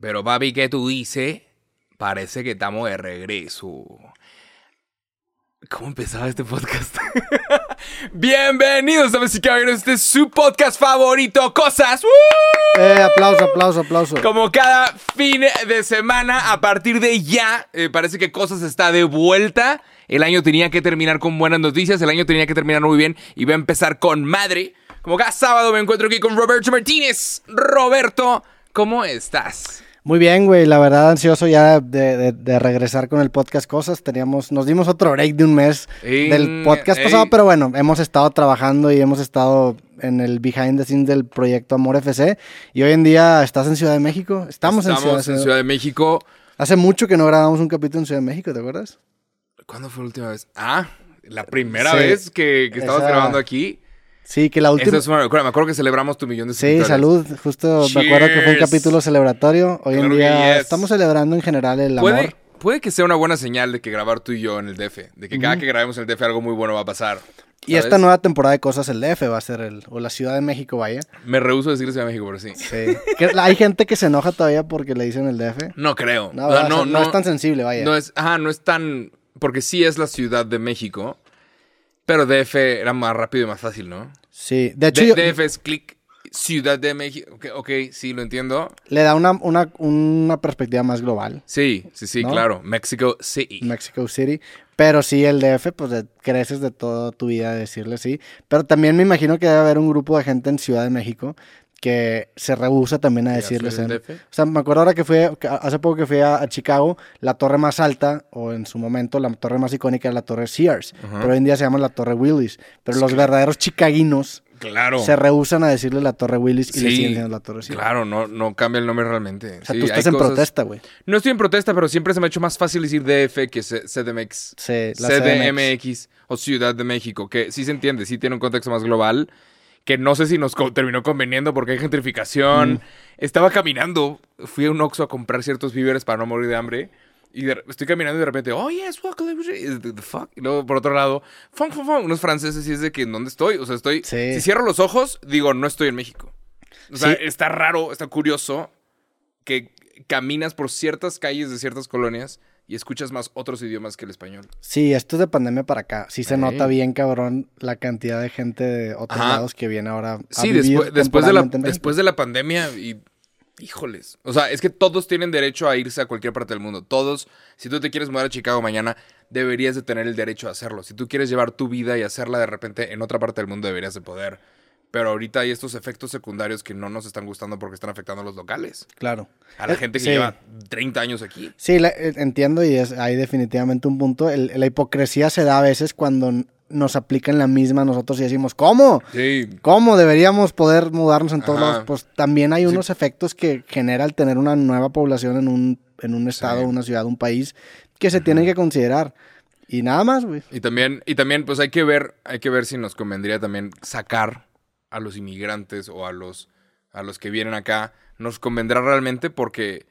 Pero papi, ¿qué tú dices? Parece que estamos de regreso. ¿Cómo empezaba este podcast? Bienvenidos a Mexicano, este es su podcast favorito, Cosas. ¡Woo! Eh, aplauso, aplauso, aplauso. Como cada fin de semana, a partir de ya, eh, parece que Cosas está de vuelta. El año tenía que terminar con buenas noticias, el año tenía que terminar muy bien y va a empezar con madre. Como cada sábado me encuentro aquí con Roberto Martínez. Roberto, ¿cómo estás? Muy bien, güey. La verdad, ansioso ya de, de- de regresar con el podcast Cosas. Teníamos, nos dimos otro break de un mes Ey, del podcast ey. pasado, pero bueno, hemos estado trabajando y hemos estado en el behind the scenes del proyecto Amor FC. Y hoy en día estás en Ciudad de México. Estamos, en, Ciudad, en Ciudad de México. Hace mucho que no grabamos un capítulo en Ciudad de México, ¿te acuerdas? ¿Cuándo fue la última vez? Ah, la primera Sí. vez que, que estabas Esa- grabando aquí. Sí, que la Esa última. es una locura. Me acuerdo que celebramos tu millón de Sí, suscriptores. salud. Justo me acuerdo que fue un Cheers. capítulo celebratorio. Hoy Claro en que día yes. estamos celebrando en general el amor. ¿Puede, puede que sea una buena señal de que grabar tú y yo en el DF. De que cada que grabemos en el DF algo muy bueno va a pasar. Y ¿sabes? esta nueva temporada de cosas, el DF va a ser el, o la Ciudad de México, vaya. Me rehuso a decir Ciudad de México, pero sí. Sí. Que la- hay gente que se enoja todavía porque le dicen el DF. No creo. No, O sea, ¿verdad? O sea, no, es tan sensible, vaya. No es, ajá, no es tan... Porque sí es la Ciudad de México, pero DF era más rápido y más fácil, ¿no? Sí, de hecho, D- yo- DF es clic, Ciudad de México. Ok, ok, sí, lo entiendo. le da una, una, una perspectiva más global, Sí, sí, sí, ¿No? claro. Mexico City. Mexico City. Pero sí, el DF, pues de- creces de toda tu vida de decirle sí. Pero también me imagino que debe haber un grupo de gente en Ciudad de México que se rehúsa también a ¿Qué decirles hacer el en- DF? O sea, me acuerdo ahora que fui, que hace poco que fui a, a Chicago, la torre más alta, o en su momento la torre más icónica era la torre Sears, Ajá. pero hoy en día se llama la torre Willis. Pero los verdaderos chicaguinos Claro. se rehusan a decirle la torre Willis y le Sí, siguen diciendo la torre Sears. Claro, no, no cambia el nombre realmente. O sea, Sí, tú hay estás en cosas- protesta, güey. No estoy en protesta, pero siempre se me ha hecho más fácil decir DF que C- CDMX. Sí, la CDMX. CDMX o Ciudad de México, que sí se entiende, sí tiene un contexto más global, que no sé si nos co- terminó conveniendo porque hay gentrificación. Mm. Estaba caminando, fui a un Oxxo a comprar ciertos víveres para no morir de hambre. Y de- estoy caminando y de repente, oh yes, welcome, eh, the fuck. Y luego por otro lado, fun, fun, fun, unos franceses y es de que, ¿en dónde estoy? O sea, estoy, Sí. si cierro los ojos, digo, no estoy en México. O sea, Sí. está raro, está curioso que caminas por ciertas calles de ciertas colonias y escuchas más otros idiomas que el español. Sí, esto es de pandemia para acá. Sí se Ey. nota bien, cabrón, la cantidad de gente de otros Ajá. lados que viene ahora. A Sí, vivir después, después, de la, temporalmente en México. después de la pandemia y... Híjoles. O sea, es que todos tienen derecho a irse a cualquier parte del mundo. Todos, si tú te quieres mudar a Chicago mañana, deberías de tener el derecho a hacerlo. Si tú quieres llevar tu vida y hacerla de repente en otra parte del mundo, deberías de poder. Pero ahorita hay estos efectos secundarios que no nos están gustando porque están afectando a los locales. Claro. A la Eh, gente que sí. lleva 30 años aquí. Sí, la- eh, entiendo y es, hay definitivamente un punto. El- la hipocresía se da a veces cuando n- nos aplican la misma a nosotros y decimos, ¿cómo? Sí. ¿Cómo deberíamos poder mudarnos en todos Ajá. lados? Pues también hay unos efectos que genera el tener una nueva población en un, en un estado, Sí. una ciudad, un país, que se tienen que considerar. Y nada más, güey. Y también, y también, pues hay que ver, hay que ver si nos convendría también sacar a los inmigrantes o a los, a los que vienen acá. Nos convendrá realmente porque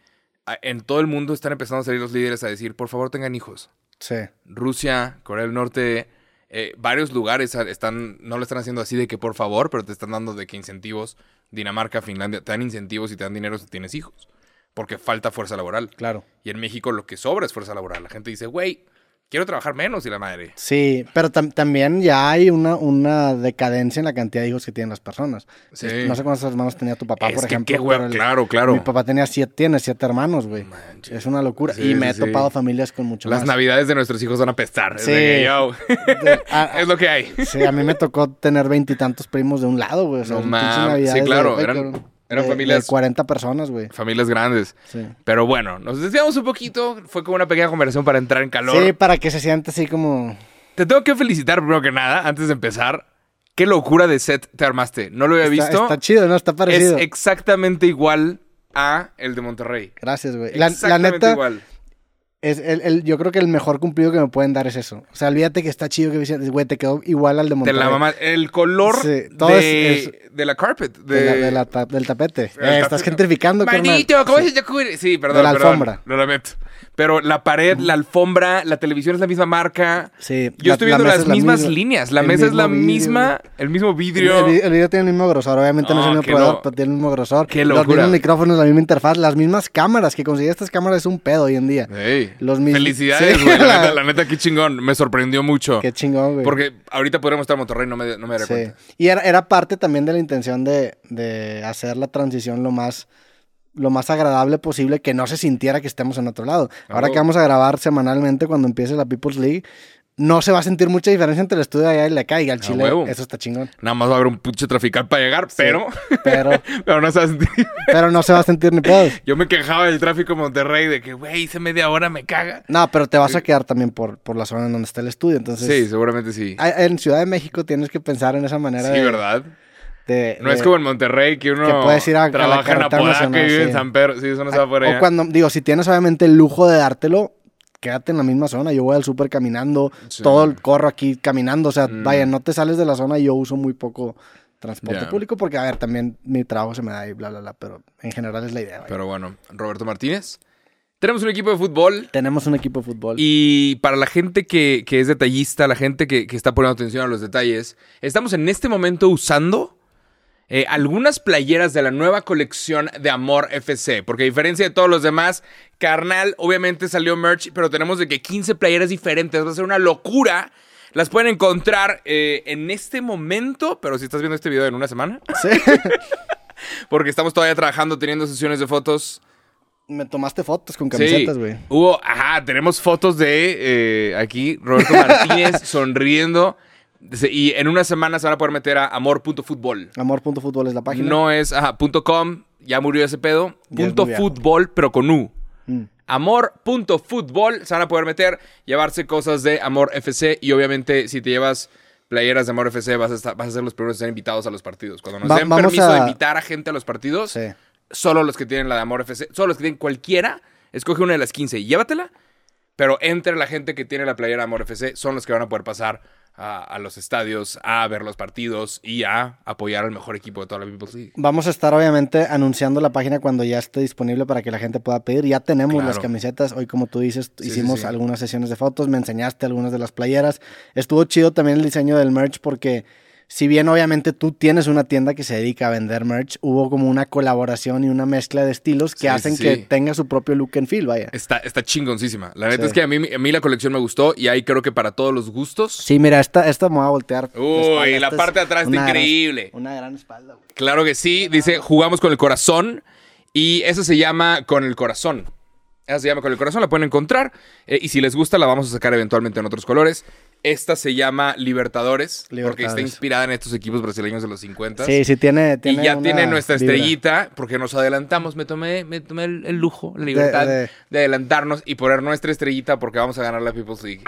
a- en todo el mundo están empezando a salir los líderes a decir, por favor tengan hijos. Sí. Rusia, Corea del Norte, eh, varios lugares a- están, no lo están haciendo así de que por favor, pero te están dando de que incentivos. Dinamarca, Finlandia, te dan incentivos y te dan dinero si tienes hijos. Porque falta fuerza laboral. Claro. Y en México lo que sobra es fuerza laboral. La gente dice, güey, quiero trabajar menos y la madre. Sí, pero tam- también ya hay una, una decadencia en la cantidad de hijos que tienen las personas. Sí. Es- No sé cuántos hermanos tenía tu papá, Es por que ejemplo. qué hueva, pero el- claro, claro. Mi papá tenía siete, tiene siete hermanos, güey. Manches. Es una locura. Sí, y me sí, he sí. topado familias con mucho Las más. navidades de nuestros hijos van a pestar. Sí. Ah, es lo que hay. Sí, a mí me tocó tener veintitantos primos de un lado, güey. O sea, No pinches mames. navidades Sí, de- claro, de- eran- de- eran de- familias- De 40 personas, güey. Familias grandes. Sí. Pero bueno, nos desviamos un poquito. Fue como una pequeña conversación para entrar en calor. Sí, para que se sienta así como... Te tengo que felicitar primero que nada, antes de empezar. Qué locura de set te armaste. No lo había Está, visto. está chido, ¿no? Está es parecido. exactamente igual a el de Monterrey. Gracias, güey. La, la exactamente neta, igual. es el, el- yo creo que el mejor cumplido que me pueden dar es eso. O sea, olvídate que está chido que me sientes, güey, te quedó igual al de Te Monterrey. la mamá. El color Sí, todo de, es- de la carpet. De, De la- de la ta- del tapete. El Eh, estás tapete. gentrificando, carnal. Manito, ¿cómo Sí. se te ocurre? Sí, perdón, la perdón. alfombra. Lo lamento. Pero la pared, la alfombra, la televisión es la misma marca. Sí, Yo la- estoy la viendo mesa las es la mismas misma. líneas. La El mesa es la mismo vidrio. misma, el mismo vidrio. El, vi- el video tiene el mismo grosor, obviamente no, es No, el mismo qué proveedor, lo- pero tiene el mismo grosor. qué Los locura. mismos micrófonos, la misma interfaz, las mismas cámaras, que conseguir estas cámaras es un pedo hoy en día. Ey, Los mis- Felicidades, Sí, güey. la, la- neta, la neta, qué chingón. Me sorprendió mucho. Qué chingón, güey. Porque ahorita podríamos estar en Monterrey, no me, no me daré Sí. cuenta. Y era, era parte también de la intención de, de hacer la transición lo más, lo más agradable posible, que no se sintiera que estemos en otro lado. Ahora Oh. que vamos a grabar semanalmente cuando empiece la People's League, no se va a sentir mucha diferencia entre el estudio de allá y la acá y al chile. huevo. Eso está chingón. Nada más va a haber un pinche trafical para llegar, pero, Pero, pero no sabes. pero no se va a sentir ni pedo. Yo me quejaba del tráfico en Monterrey de que, güey, hice media hora, me caga. No, pero te vas a quedar también por, por la zona en donde está el estudio. Entonces, Sí, seguramente sí. a- en Ciudad de México tienes que pensar en esa manera Sí, de, ¿verdad? de- No de- es como en Monterrey que uno Eh, Que puedes ir a- a la trabaja en carretera Apodaca y nacional, vive en sí. Ah, San Pedro. Sí, eso no se va por o allá. cuando, digo, si tienes obviamente el lujo de dártelo, quédate en la misma zona. Yo voy al súper caminando, Sí. todo el corro aquí caminando. O sea, Mm. vaya, no te sales de la zona. Yo uso muy poco transporte Ya. público porque, a ver, también mi trabajo se me da y bla, bla, bla. Pero en general es la idea. vaya. Pero bueno, Roberto Martínez. Tenemos un equipo de fútbol. Tenemos un equipo de fútbol. Y para la gente que, que es detallista, la gente que, que está poniendo atención a los detalles, estamos en este momento usando eh, algunas playeras de la nueva colección de Amor FC. Porque a diferencia de todos los demás, carnal, obviamente salió merch, pero tenemos de que 15 playeras diferentes. Va a ser una locura. Las pueden encontrar eh, en este momento, pero si estás viendo este video en una semana, Sí. porque estamos todavía trabajando, teniendo sesiones de fotos. me tomaste fotos con Sí. camisetas, güey. Hubo, ajá, tenemos fotos de eh, aquí Roberto Martínez sonriendo. Se- Y en una semana se van a poder meter a amor.futbol. Amor.futbol es la página. No es, ajá, punto .com, ya murió ese pedo. Ya es Punto muy viejo. .futbol, pero con U. Mm. Amor.futbol, se van a poder meter, llevarse cosas de Amor FC. Y obviamente, si te llevas playeras de Amor FC, vas a, estar- vas a ser los primeros en ser invitados a los partidos. Cuando nos Va- den vamos permiso de a- invitar a gente a los partidos, Sí. solo los que tienen la de Amor FC, solo los que tienen cualquiera, escoge una de las 15 y llévatela. Pero entre la gente que tiene la playera de Amor FC, son los que van a poder pasar a, a los estadios, a ver los partidos y a apoyar al mejor equipo de toda la People's League. Vamos a estar obviamente anunciando la página cuando ya esté disponible para que la gente pueda pedir. Ya tenemos Claro. las camisetas. Hoy, como tú dices, Sí, sí, hicimos sí. algunas sesiones de fotos, me enseñaste algunas de las playeras. Estuvo chido también el diseño del merch porque si bien obviamente tú tienes una tienda que se dedica a vender merch, hubo como una colaboración y una mezcla de estilos que Sí, hacen sí, que sí. tenga su propio look and feel, vaya. Está, está chingoncísima. La neta Sí. es que a mí, a mí la colección me gustó y ahí creo que para todos los gustos. Sí, mira, esta, esta me va a voltear. de Uy, espalda. la Esta parte de es atrás una está gran- increíble. una gran espalda, güey. Claro que sí. Dice, jugamos con el corazón. Y esa se llama Con el corazón. Esa se llama Con el corazón, la pueden encontrar. eh, y si les gusta, la vamos a sacar eventualmente en otros colores. Esta se llama Libertadores, porque está Libertadores. inspirada en estos equipos brasileños de los 50. Sí, sí, tiene. Y tiene ya una tiene nuestra vibra. estrellita, porque nos adelantamos. Me tomé, me tomé el, el lujo, la libertad de, de- adelantarnos y poner nuestra estrellita porque vamos a ganar la People's League.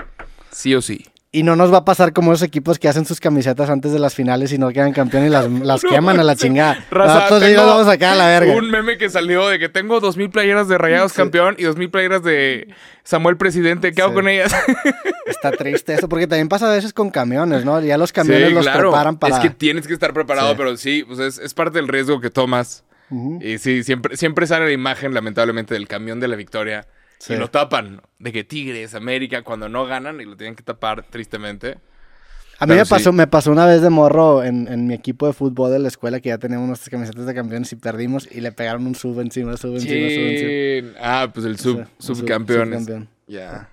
Sí o sí. Y no nos va a pasar como esos equipos que hacen sus camisetas antes de las finales y no quedan campeones y las, las queman a la chingada. Raza, Nosotros sí tengo los vamos a sacar a la verga. Un meme que salió de que tengo dos mil playeras de Rayados Campeón y dos mil playeras de Samuel Presidente. ¿Qué hago Sí. con ellas? Está triste eso, porque también pasa a veces con camiones, ¿no? Ya los camiones los preparan para... Es que tienes que estar preparado, Sí. pero sí, pues es, es parte del riesgo que tomas. Ujú. Y sí, siempre, siempre sale la imagen, lamentablemente, del camión de la victoria. Sí. Y lo tapan. De que Tigres, América, cuando no ganan y lo tienen que tapar, tristemente. A mí Pero me, pasó, sí. me pasó una vez de morro en, en mi equipo de fútbol de la escuela que ya teníamos nuestras camisetas de campeones y perdimos y le pegaron un sub encima, sub encima, sub encima. Chin. Ah, pues el sub, Sí, un sub- subcampeones. subcampeón. Ya.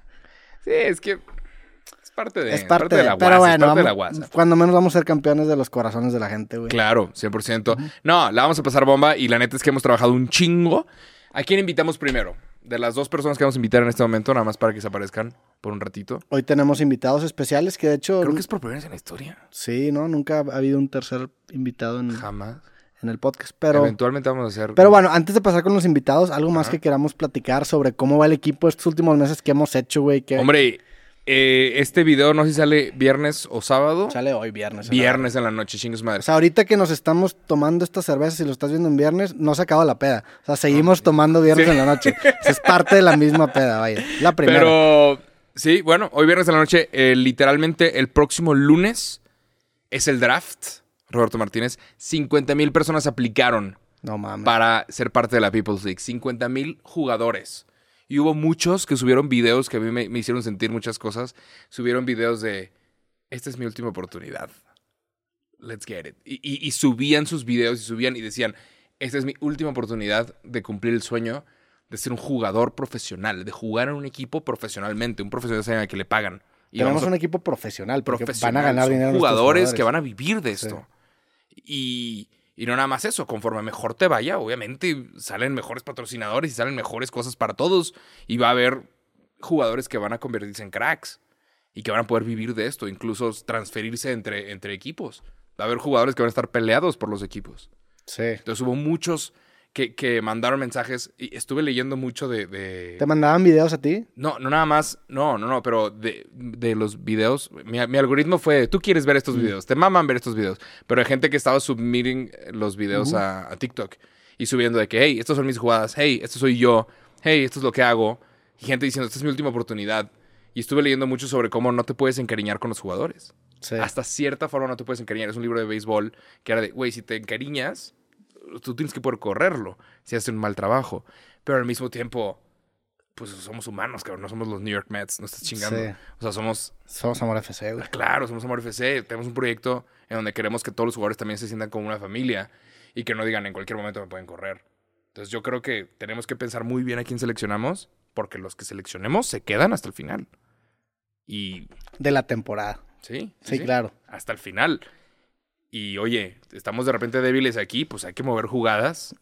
Sí, es que es parte de, Ah. Es parte, de de, la pero guasa, es bueno, parte de la vamos- guasa. cuando menos vamos a ser campeones de los corazones de la gente, güey. Claro, 100%. No, la vamos a pasar bomba y la neta es que hemos trabajado un chingo. ¿A quién invitamos primero? De las dos personas que vamos a invitar en este momento, nada más para que se aparezcan por un ratito. Hoy tenemos invitados especiales que de hecho... Creo que es por primera vez en la historia. Sí, no, nunca ha habido un tercer invitado en, Jamás. en el podcast, pero... Eventualmente vamos a hacer. Pero bueno, antes de pasar con los invitados, algo más que queramos platicar sobre cómo va el equipo estos últimos meses que hemos hecho, güey. Que Hombre, eh, este video no sé si sale viernes o sábado. sale hoy viernes. ¿no? viernes en la noche, chingues madre. O sea, ahorita que nos estamos tomando estas cervezas y lo estás viendo en viernes, no se acaba la peda. O sea, seguimos Ah, tomando viernes en la noche. O sea, es parte de la misma peda, vaya. La primera. Pero sí, bueno, hoy viernes en la noche, eh, literalmente el próximo lunes es el draft. Roberto Martínez, 50 mil personas aplicaron no mames. para ser parte de la People's League. 50 mil jugadores. Y hubo muchos que subieron videos que a mí me, me hicieron sentir muchas cosas. Subieron videos de, esta es mi última oportunidad. Let's get it. Y, y- y subían sus videos y subían y decían, esta es mi última oportunidad de cumplir el sueño de ser un jugador profesional, de jugar en un equipo profesionalmente, un profesional en el que le pagan. Y Tenemos vamos a- un equipo profesional, porque profesional. van a ganar son dinero. nuestros jugadores que van a vivir de Sí. esto. Y, y no nada más eso, conforme mejor te vaya, obviamente salen mejores patrocinadores y salen mejores cosas para todos. Y va a haber jugadores que van a convertirse en cracks y que van a poder vivir de esto, incluso transferirse entre, entre equipos. Va a haber jugadores que van a estar peleados por los equipos. Sí. Entonces hubo muchos que, que mandaron mensajes y estuve leyendo mucho de... de- ¿Te mandaban videos a ti? no, no nada más, no, no, no, pero de, de los videos, mi, mi algoritmo fue, tú quieres ver estos videos, te maman ver estos videos, pero hay gente que estaba submitting los videos a, a TikTok y subiendo de que, hey, estas son mis jugadas, hey, esto soy yo, hey, esto es lo que hago, y gente diciendo, esta es mi última oportunidad, y estuve leyendo mucho sobre cómo no te puedes encariñar con los jugadores, Sí. hasta cierta forma no te puedes encariñar, es un libro de béisbol que era de, güey, si te encariñas, tú tienes que poder correrlo, si hace un mal trabajo, pero al mismo tiempo pues somos humanos, cabrón. No somos los New York Mets, no estás chingando. Sí. O sea, somos, Somos Amor FC, güey. claro, somos Amor FC. Tenemos un proyecto en donde queremos que todos los jugadores también se sientan como una familia y que no digan en cualquier momento me pueden correr. Entonces yo creo que tenemos que pensar muy bien a quién seleccionamos porque los que seleccionemos se quedan hasta el final. Y De la temporada. sí, Sí, claro. Hasta el final. Y oye, estamos de repente débiles aquí, pues hay que mover jugadas.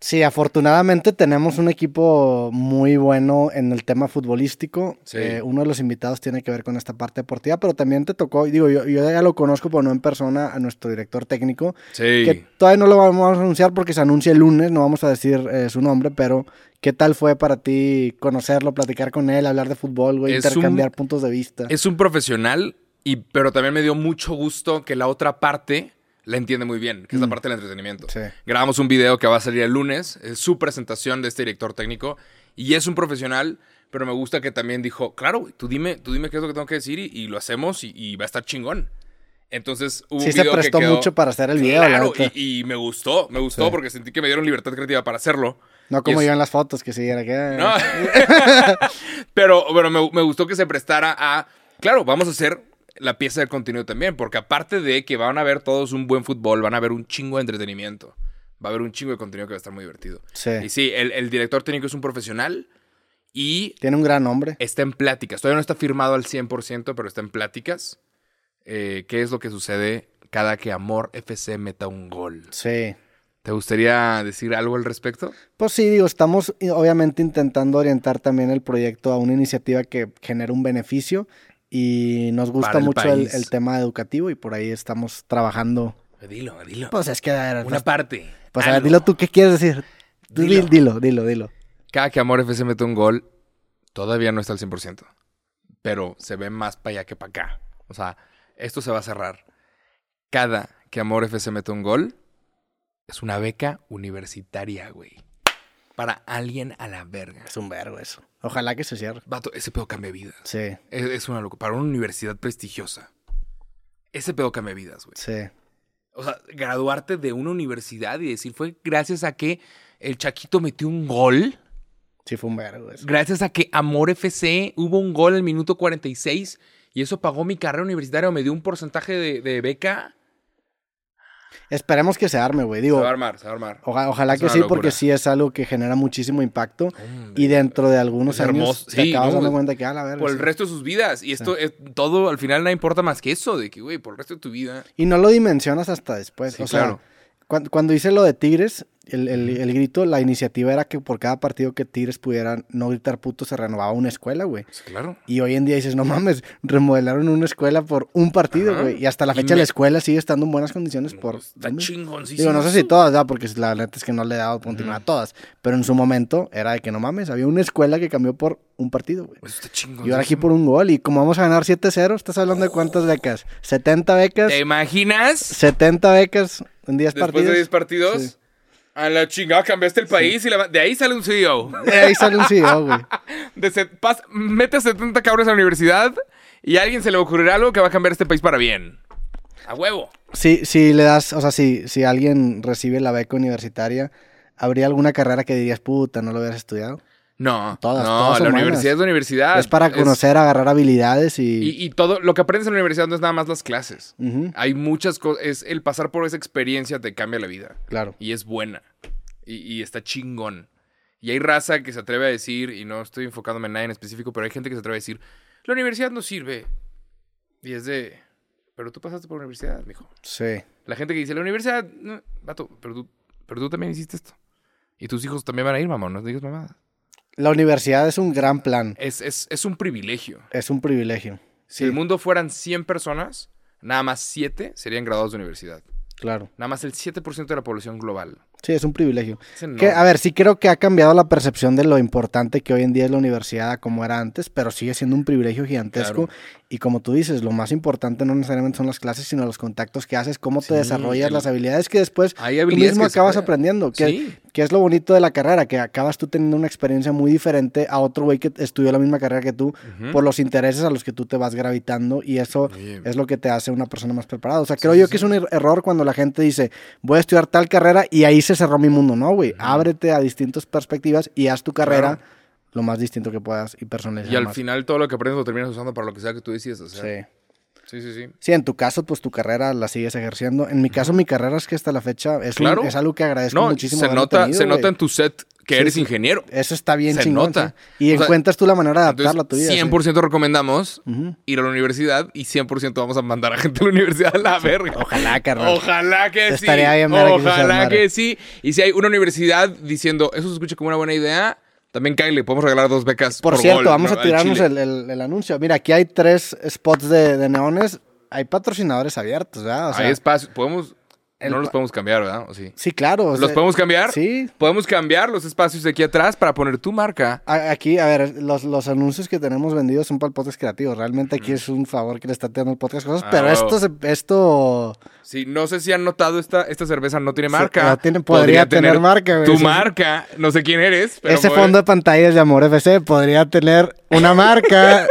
Sí, afortunadamente tenemos un equipo muy bueno en el tema futbolístico. Sí. Eh, uno de los invitados tiene que ver con esta parte deportiva, pero también te tocó, y digo, yo, yo ya lo conozco, pero no en persona, a nuestro director técnico, Sí. que todavía no lo vamos a anunciar porque se anuncia el lunes, no vamos a decir eh, su nombre, pero ¿qué tal fue para ti conocerlo, platicar con él, hablar de fútbol, güey, Es un- intercambiar puntos de vista? Es un profesional, y, pero también me dio mucho gusto que la otra parte la entiende muy bien, que es la parte del entretenimiento. Mm. Sí. Grabamos un video que va a salir el lunes, es su presentación de este director técnico, y es un profesional, pero me gusta que también dijo, claro, güey, tú dime, tú dime qué es lo que tengo que decir y, y lo hacemos y, y va a estar chingón. Entonces hubo Sí, un se video prestó que quedó- mucho para hacer el video, la Claro, neta. y, y me gustó, me gustó Sí. porque sentí que me dieron libertad creativa para hacerlo. No como y es- yo en las fotos, que sí, era que... eh, No. pero pero me, me gustó que se prestara a. Claro, vamos a hacer la pieza de contenido también, porque aparte de que van a ver todos un buen fútbol, van a ver un chingo de entretenimiento. Va a haber un chingo de contenido que va a estar muy divertido. Sí. Y sí, el, el director técnico es un profesional y Tiene un gran nombre. está en pláticas. Todavía no está firmado al 100%, pero está en pláticas. Eh, ¿Qué es lo que sucede cada que Amor FC meta un gol? Sí. ¿Te gustaría decir algo al respecto? Pues sí, digo, estamos i- obviamente intentando orientar también el proyecto a una iniciativa que genere un beneficio y nos gusta Para el mucho el, país. el tema educativo y por ahí estamos trabajando. Dilo, dilo. Pues es que, a ver, Una pues, parte. pues, a ver, Algo. dilo tú, ¿qué quieres decir? Tú Dilo. dil- Dilo, dilo, dilo. Cada que Amor FC mete un gol, todavía no está al 100%. Pero se ve más para allá que para acá. O sea, esto se va a cerrar. Cada que Amor FC mete un gol, es una beca universitaria, güey. Para alguien a la verga. Es un vergo eso. Ojalá que se cierre. Vato, ese pedo cambia vidas. Sí, Es, es una locura. Para una universidad prestigiosa. Ese pedo cambia vidas, güey. sí. O sea, graduarte de una universidad y decir, fue gracias a que el Chaquito metió un gol. Sí fue un vergo eso. Gracias a que Amor FC hubo un gol al minuto 46 y eso pagó mi carrera universitaria o me dio un porcentaje de, de beca. Esperemos que se arme, güey. Digo, armar, se va a armar. oja- ojalá Es que una sí, locura. Mm. porque sí es algo que genera muchísimo impacto. Oh, Y dentro de algunos Es años hermoso. te Sí, acabas no, dando güey. cuenta que, a la verga. por el sí. resto de sus vidas. Y esto es todo, al final, no importa más que eso, de que, güey, por el resto de tu vida. Y no lo dimensionas hasta después. Sí, o sea, claro. cuan- cuando hice lo de Tigres, el, el- el grito, la iniciativa era que por cada partido que Tigres pudiera no gritar puto, se renovaba una escuela, güey. Sí, claro. Y hoy en día dices, no mames, remodelaron una escuela por un partido, Ajá. güey. Y hasta la Y fecha me- Pues, la escuela sigue estando en buenas condiciones por... Está chingoncísimo. Digo, no sé eso. si todas, ¿verdad? porque la neta es que no le he dado continuidad a todas. Pero en su momento era de que no mames, había una escuela que cambió por un partido, güey. Eso está chingón. Y ahora aquí por un gol. Y como vamos a ganar 7-0, estás hablando de cuántas becas. 70 becas. ¿Te imaginas? 70 becas en 10 Después partidos. de 10 partidos, Sí. a la chingada cambiaste el país y la- de ahí sale un CEO. De Eh, ahí sale un CEO, güey. De set- pas- mete 70 cabrones a la universidad y a alguien se le ocurrirá algo que va a cambiar este país para bien. A huevo. Si, si le das, o sea, si, si alguien recibe la beca universitaria, ¿habría alguna carrera que dirías, puta, no lo hubieras estudiado? No, Todas, no, todas son la buenas. universidad Ah, es la universidad. Es para conocer, agarrar habilidades y... Y, y todo lo que aprendes en la universidad no es nada más las clases. Ujú, Hay muchas cosas. Es el pasar por esa experiencia te cambia la vida. claro. Y es buena. Y, y está chingón. Y hay raza que se atreve a decir, y no estoy enfocándome en nadie en específico, pero hay gente que se atreve a decir, la universidad no sirve. Y es de, pero tú pasaste por la universidad, mijo. Sí. La gente que dice, la universidad, no, vato, pero tú, pero tú también hiciste esto. Y tus hijos también van a ir, mamón, no digas mamá. La universidad es un gran plan. Es, es, es un privilegio. Es un privilegio. Si el mundo fueran 100 personas, nada más 7 serían graduados de universidad. Claro. Nada más el 7% de la población global. Sí, es un privilegio. Es enorme. Que, a ver, sí creo que ha cambiado la percepción de lo importante que hoy en día es la universidad a como era antes, pero sigue siendo un privilegio gigantesco. Claro. Y como tú dices, lo más importante no necesariamente son las clases, sino los contactos que haces, cómo Sí, te desarrollas, el- las habilidades que después Hay tú habilidades mismo que se acabas pueden. aprendiendo. Que, Sí. que es lo bonito de la carrera, que acabas tú teniendo una experiencia muy diferente a otro güey que estudió la misma carrera que tú Ujú. por los intereses a los que tú te vas gravitando y eso Sí. es lo que te hace una persona más preparada. O sea, Sí, creo sí, yo sí. que es un er- error cuando la gente dice, voy a estudiar tal carrera y ahí se cerró mi mundo. No, güey, ábrete a distintas perspectivas y haz tu carrera Claro. lo más distinto que puedas y personalizar Y al más. final todo lo que aprendes lo terminas usando para lo que sea que tú decidas hacer. Sí. Sí, sí, sí. Sí, en tu caso, pues tu carrera la sigues ejerciendo. En mi caso, mi carrera es que hasta la fecha es, un- Claro. es algo que agradezco No, muchísimo. se, haberlo nota, tenido, se güey. nota en tu set que Sí, eres sí. ingeniero. Eso está bien Se chingón, nota. sí. Y O sea, encuentras tú la manera de adaptarla a tu vida. Entonces, sí. 100% recomendamos Ujú. ir a la universidad y 100% vamos a mandar a gente a la universidad a la verga. Ojalá, carnal. Ojalá que sí. Estaría bien ver a que se Ojalá armara. que sí. Y si hay una universidad diciendo, eso se escucha como una buena idea, también Kyle, podemos regalar dos becas. Por, Por, cierto, gol, vamos ¿no? a Al tirarnos Chile. el, el- el anuncio. Mira, aquí hay tres spots de, de neones. Hay patrocinadores abiertos, ¿verdad? O sea, Hay espacio. Podemos. El No los pa- podemos cambiar, ¿verdad? ¿O sí? Sí, claro. o ¿Los sea, podemos cambiar? Sí. Podemos cambiar los espacios de aquí atrás para poner tu marca. A- Aquí, a ver, los, los anuncios que tenemos vendidos son para el podcast creativo. Realmente aquí es un favor que le está tirando el podcast cosas, Ah, pero huevo. esto, se- esto Sí, no sé si han notado, esta, esta cerveza no tiene Sí, marca. no tiene- podría tener marca, güey. Tu Eso sí. marca. No sé quién eres. Pero Ese bueno. fondo de pantallas de Amor FC podría tener una marca.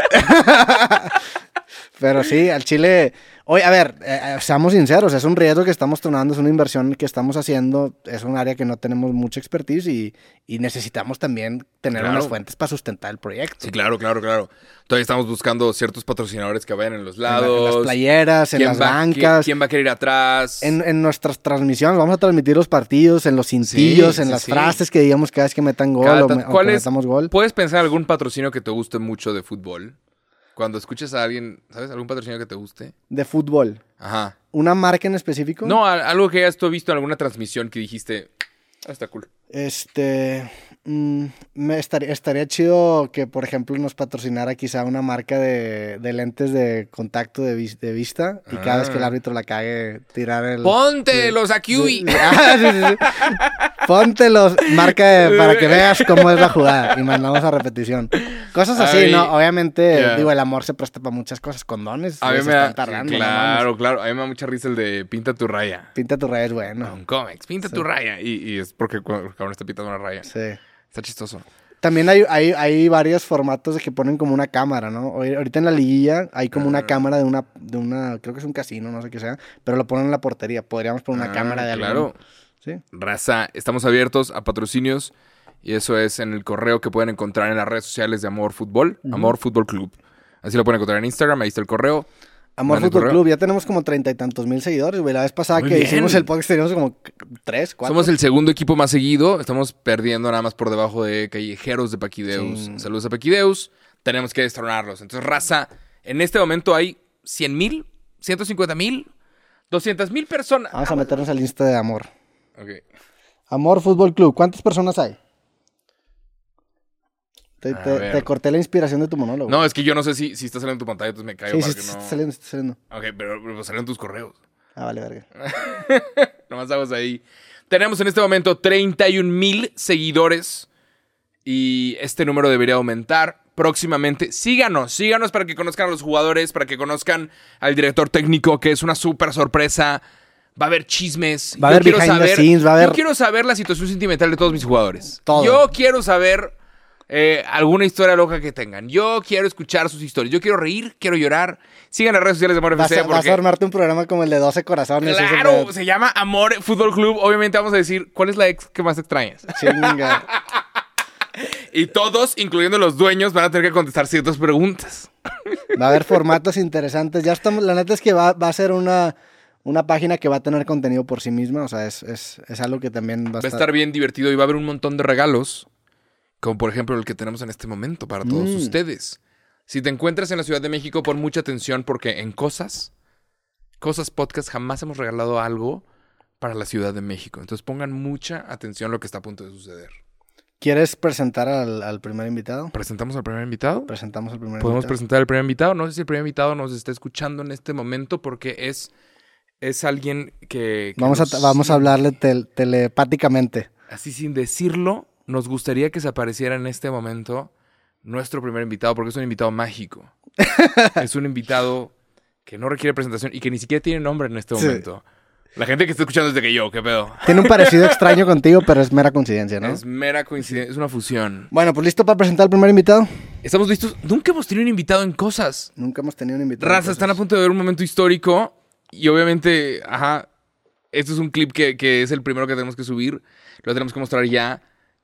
Pero sí, al Chile. Oye, a ver, eh, eh, seamos sinceros, es un riesgo que estamos tomando, es una inversión que estamos haciendo, es un área que no tenemos mucha expertise y, y necesitamos también tener Claro. unas fuentes para sustentar el proyecto. Sí, claro, claro, claro. Todavía estamos buscando ciertos patrocinadores que vayan en los En la- lados. En, las playeras, en ¿Quién las va- bancas. ¿Quién va a querer ir atrás? En, en nuestras transmisiones vamos a transmitir los partidos, en los cintillos, en sí, las sí. frases que digamos cada vez que metan gol Cada o, tan- me- o ¿cuál que es- metamos gol. ¿Puedes pensar algún patrocinio que te guste mucho de fútbol? Cuando escuches a alguien, ¿sabes? ¿Algún patrocinio que te guste? De fútbol. Ajá. ¿Una marca en específico? No, a- algo que hayas tú visto en alguna transmisión que dijiste, "Ah, está cool. Este. mm, me estaría, estaría chido que, por ejemplo, nos patrocinara quizá una marca de, de lentes de contacto de, vis- de vista y cada vez que el Ah. árbitro la cague, tirar el. ¡Ponte los Acui! Ah, sí, sí, sí. Póntelos, marca de- para que veas cómo es la jugada y mandamos a repetición. Cosas así, Ay, ¿no? Obviamente, ya. digo, el amor se presta para muchas cosas. Condones, A güey, mí se me da... están tardando, no mames. claro, claro. A mí me da mucha risa el de pinta tu raya. Pinta tu raya es Un bueno. cómics, pinta tu raya. Y, y es porque cuando cabrón está pintando una raya. Sí. Está chistoso. También hay, hay, hay varios formatos de que ponen como una cámara, ¿no? Hoy- Ahorita en la liguilla hay como Ah. una cámara de una, de una, creo que es un casino, no sé qué sea, pero lo ponen en la portería. Podríamos poner una Ah, cámara de algo. Claro. Sí. Raza, estamos abiertos a patrocinios y eso es en el correo que pueden encontrar en las redes sociales de Amor Fútbol, Amor Fútbol Club. Así lo pueden encontrar en Instagram, ahí está el correo. Amor Mande Fútbol correo. Club, ya tenemos como treinta y tantos mil seguidores, güey. La vez pasada Muy que bien. hicimos el podcast teníamos como c- tres, cuatro. Somos el segundo equipo más seguido, estamos perdiendo nada más por debajo de Callejeros de Paquideus. Sí. Saludos a Paquideus, tenemos que destronarlos. Entonces, Raza, en este momento hay 100 mil, 150 mil, 200 mil personas. Vamos a meternos al lista de Amor. Ok. Ah. Amor Fútbol Club, ¿cuántas personas hay? Te, A te- ver. te corté la inspiración de tu monólogo. No, es que yo no sé si, si está saliendo en tu pantalla, entonces me caigo sí, sí, para que sí, no... está saliendo, está saliendo. Ok, pero, pero salieron tus correos. Ah, vale, verga. Nomás estamos ahí. Tenemos en este momento 31 mil seguidores y este número debería aumentar próximamente. Síganos, síganos para que conozcan a los jugadores, para que conozcan al director técnico, que es una súper sorpresa. Va a haber chismes. Va a haber behind the scenes, va a Yo haber- quiero saber la situación sentimental de todos mis jugadores. Todo. Yo quiero saber eh, alguna historia loca que tengan. Yo quiero escuchar sus historias. Yo quiero reír, quiero llorar. Sigan las redes sociales de Amor Vas, FC a, vas porque- a armarte un programa como el de 12 corazones. ese Claro, pedo. se llama Amor Fútbol Club. Obviamente vamos a decir, ¿cuál es la ex que más extrañas? Chinga. Y todos, incluyendo los dueños, van a tener que contestar ciertas preguntas. Va a haber formatos interesantes. Ya estamos, la neta es que va, va a ser una, una página que va a tener contenido por sí misma. O sea, es, es, es algo que también va a Va a estar. estar bien divertido y va a haber un montón de regalos, como por ejemplo el que tenemos en este momento para todos Mm. ustedes. Si te encuentras en la Ciudad de México, pon mucha atención porque en Cosas, Cosas Podcast, jamás hemos regalado algo para la Ciudad de México. Entonces pongan mucha atención a lo que está a punto de suceder. ¿Quieres presentar al, al primer invitado? ¿Presentamos al primer invitado? Presentamos al primer Podemos invitado. presentar al primer invitado. No sé si el primer invitado nos está escuchando en este momento porque es, es alguien que... que Vamos a, nos- vamos a hablarle tel- telepáticamente. Así sin decirlo, nos gustaría que se apareciera en este momento nuestro primer invitado porque es un invitado mágico. es un invitado que no requiere presentación y que ni siquiera tiene nombre en este Sí. momento. La gente que está escuchando es de que yo, qué pedo. Tiene un parecido extraño contigo, pero es mera coincidencia, ¿no? Es mera coincidencia, es una fusión. Bueno, pues listo para presentar al primer invitado. Estamos listos. Nunca hemos tenido un invitado en cosas. Nunca hemos tenido un invitado. Raza, están a punto de ver un momento histórico y obviamente, ajá, esto es un clip que, que es el primero que tenemos que subir, lo tenemos que mostrar ya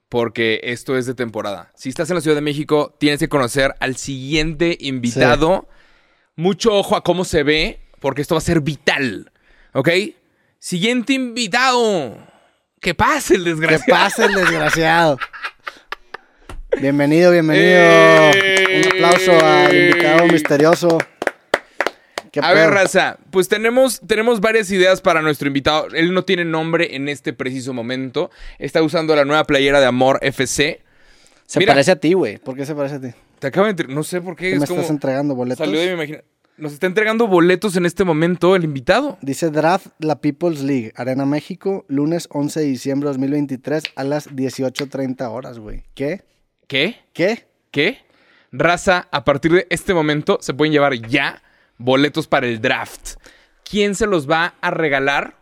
porque esto es de temporada. Si estás en la Ciudad de México, tienes que conocer al siguiente invitado. Mucho ojo a cómo se ve porque esto va a ser vital, ¿ok? Siguiente invitado. Que pase el Que desgraciado. pase el desgraciado. Bienvenido, bienvenido. ¡Eh! Un aplauso al invitado misterioso. ¿Qué A ver, pedo? Raza, pues tenemos, tenemos varias ideas para nuestro invitado. Él no tiene nombre en este preciso momento. Está usando la nueva playera de Amor FC. se mira. parece a ti, güey. ¿Por qué se parece a ti? Te acaba de entre- No sé por qué. ¿Qué Es me como... estás entregando boletos? Salió de mi imagina- Nos está entregando boletos en este momento el invitado. Dice Draft La People's League, Arena México, lunes 11 de diciembre de 2023 a las 18.30 horas, güey. ¿Qué? ¿Qué? ¿Qué? ¿Qué? Raza, a partir de este momento se pueden llevar ya boletos para el draft. ¿Quién se los va a regalar?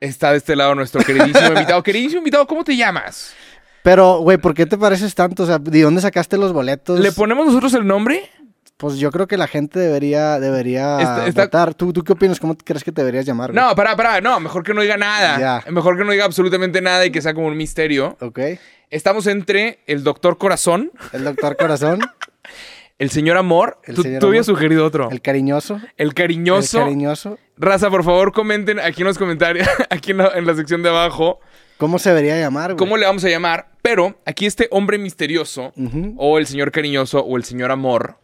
Está de este lado nuestro queridísimo invitado. Queridísimo invitado, ¿cómo te llamas? Pero, güey, ¿por qué te pareces tanto? O sea, ¿de dónde sacaste los boletos? ¿Le ponemos nosotros el nombre? Pues yo creo que la gente debería, debería Está- está- votar. ¿Tú, ¿Tú qué opinas? ¿Cómo te crees que te deberías llamar? güey? No, pará, pará. No, mejor que no diga nada. Ya. Mejor que no diga absolutamente nada y que sea como un misterio. Ok. Estamos entre el doctor Corazón, El doctor corazón, el señor Amor. El tú señor tú habías Amor. sugerido otro. el El, cariñoso, cariñoso. el cariñoso. Raza, por favor, comenten aquí en los comentarios, aquí en la, en la sección de abajo, ¿Cómo se debería llamar, güey? cómo le vamos a llamar. Pero aquí este hombre misterioso, Ujú. o el señor cariñoso, o el señor Amor,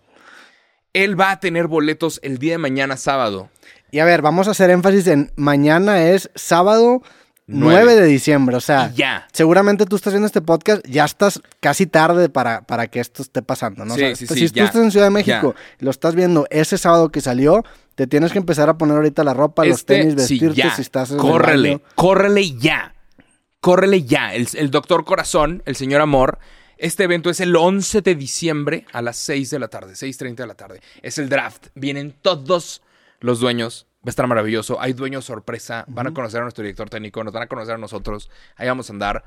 él va a tener boletos el día de mañana, sábado. Y a ver, vamos a hacer énfasis en mañana es sábado Nueve. 9 de diciembre, o sea, Y ya. seguramente tú estás viendo este podcast, ya estás casi tarde para, para que esto esté pasando, ¿no? O Sí, sea, sí, si sí, tú ya, estás en Ciudad de México, lo estás viendo ese sábado que salió, te tienes que empezar a poner ahorita la ropa, los Este, tenis, sí, vestirte ya. si estás en el Córrele, baño. córrele ya. Córrele ya. El, el doctor Corazón, el señor Amor. Este evento es el 11 de diciembre a las 6 de la tarde, 6.30 de la tarde. Es el draft. Vienen todos los dueños. Va a estar maravilloso. Hay dueños sorpresa. Van a conocer a nuestro director técnico. Nos van a conocer a nosotros. Ahí vamos a andar.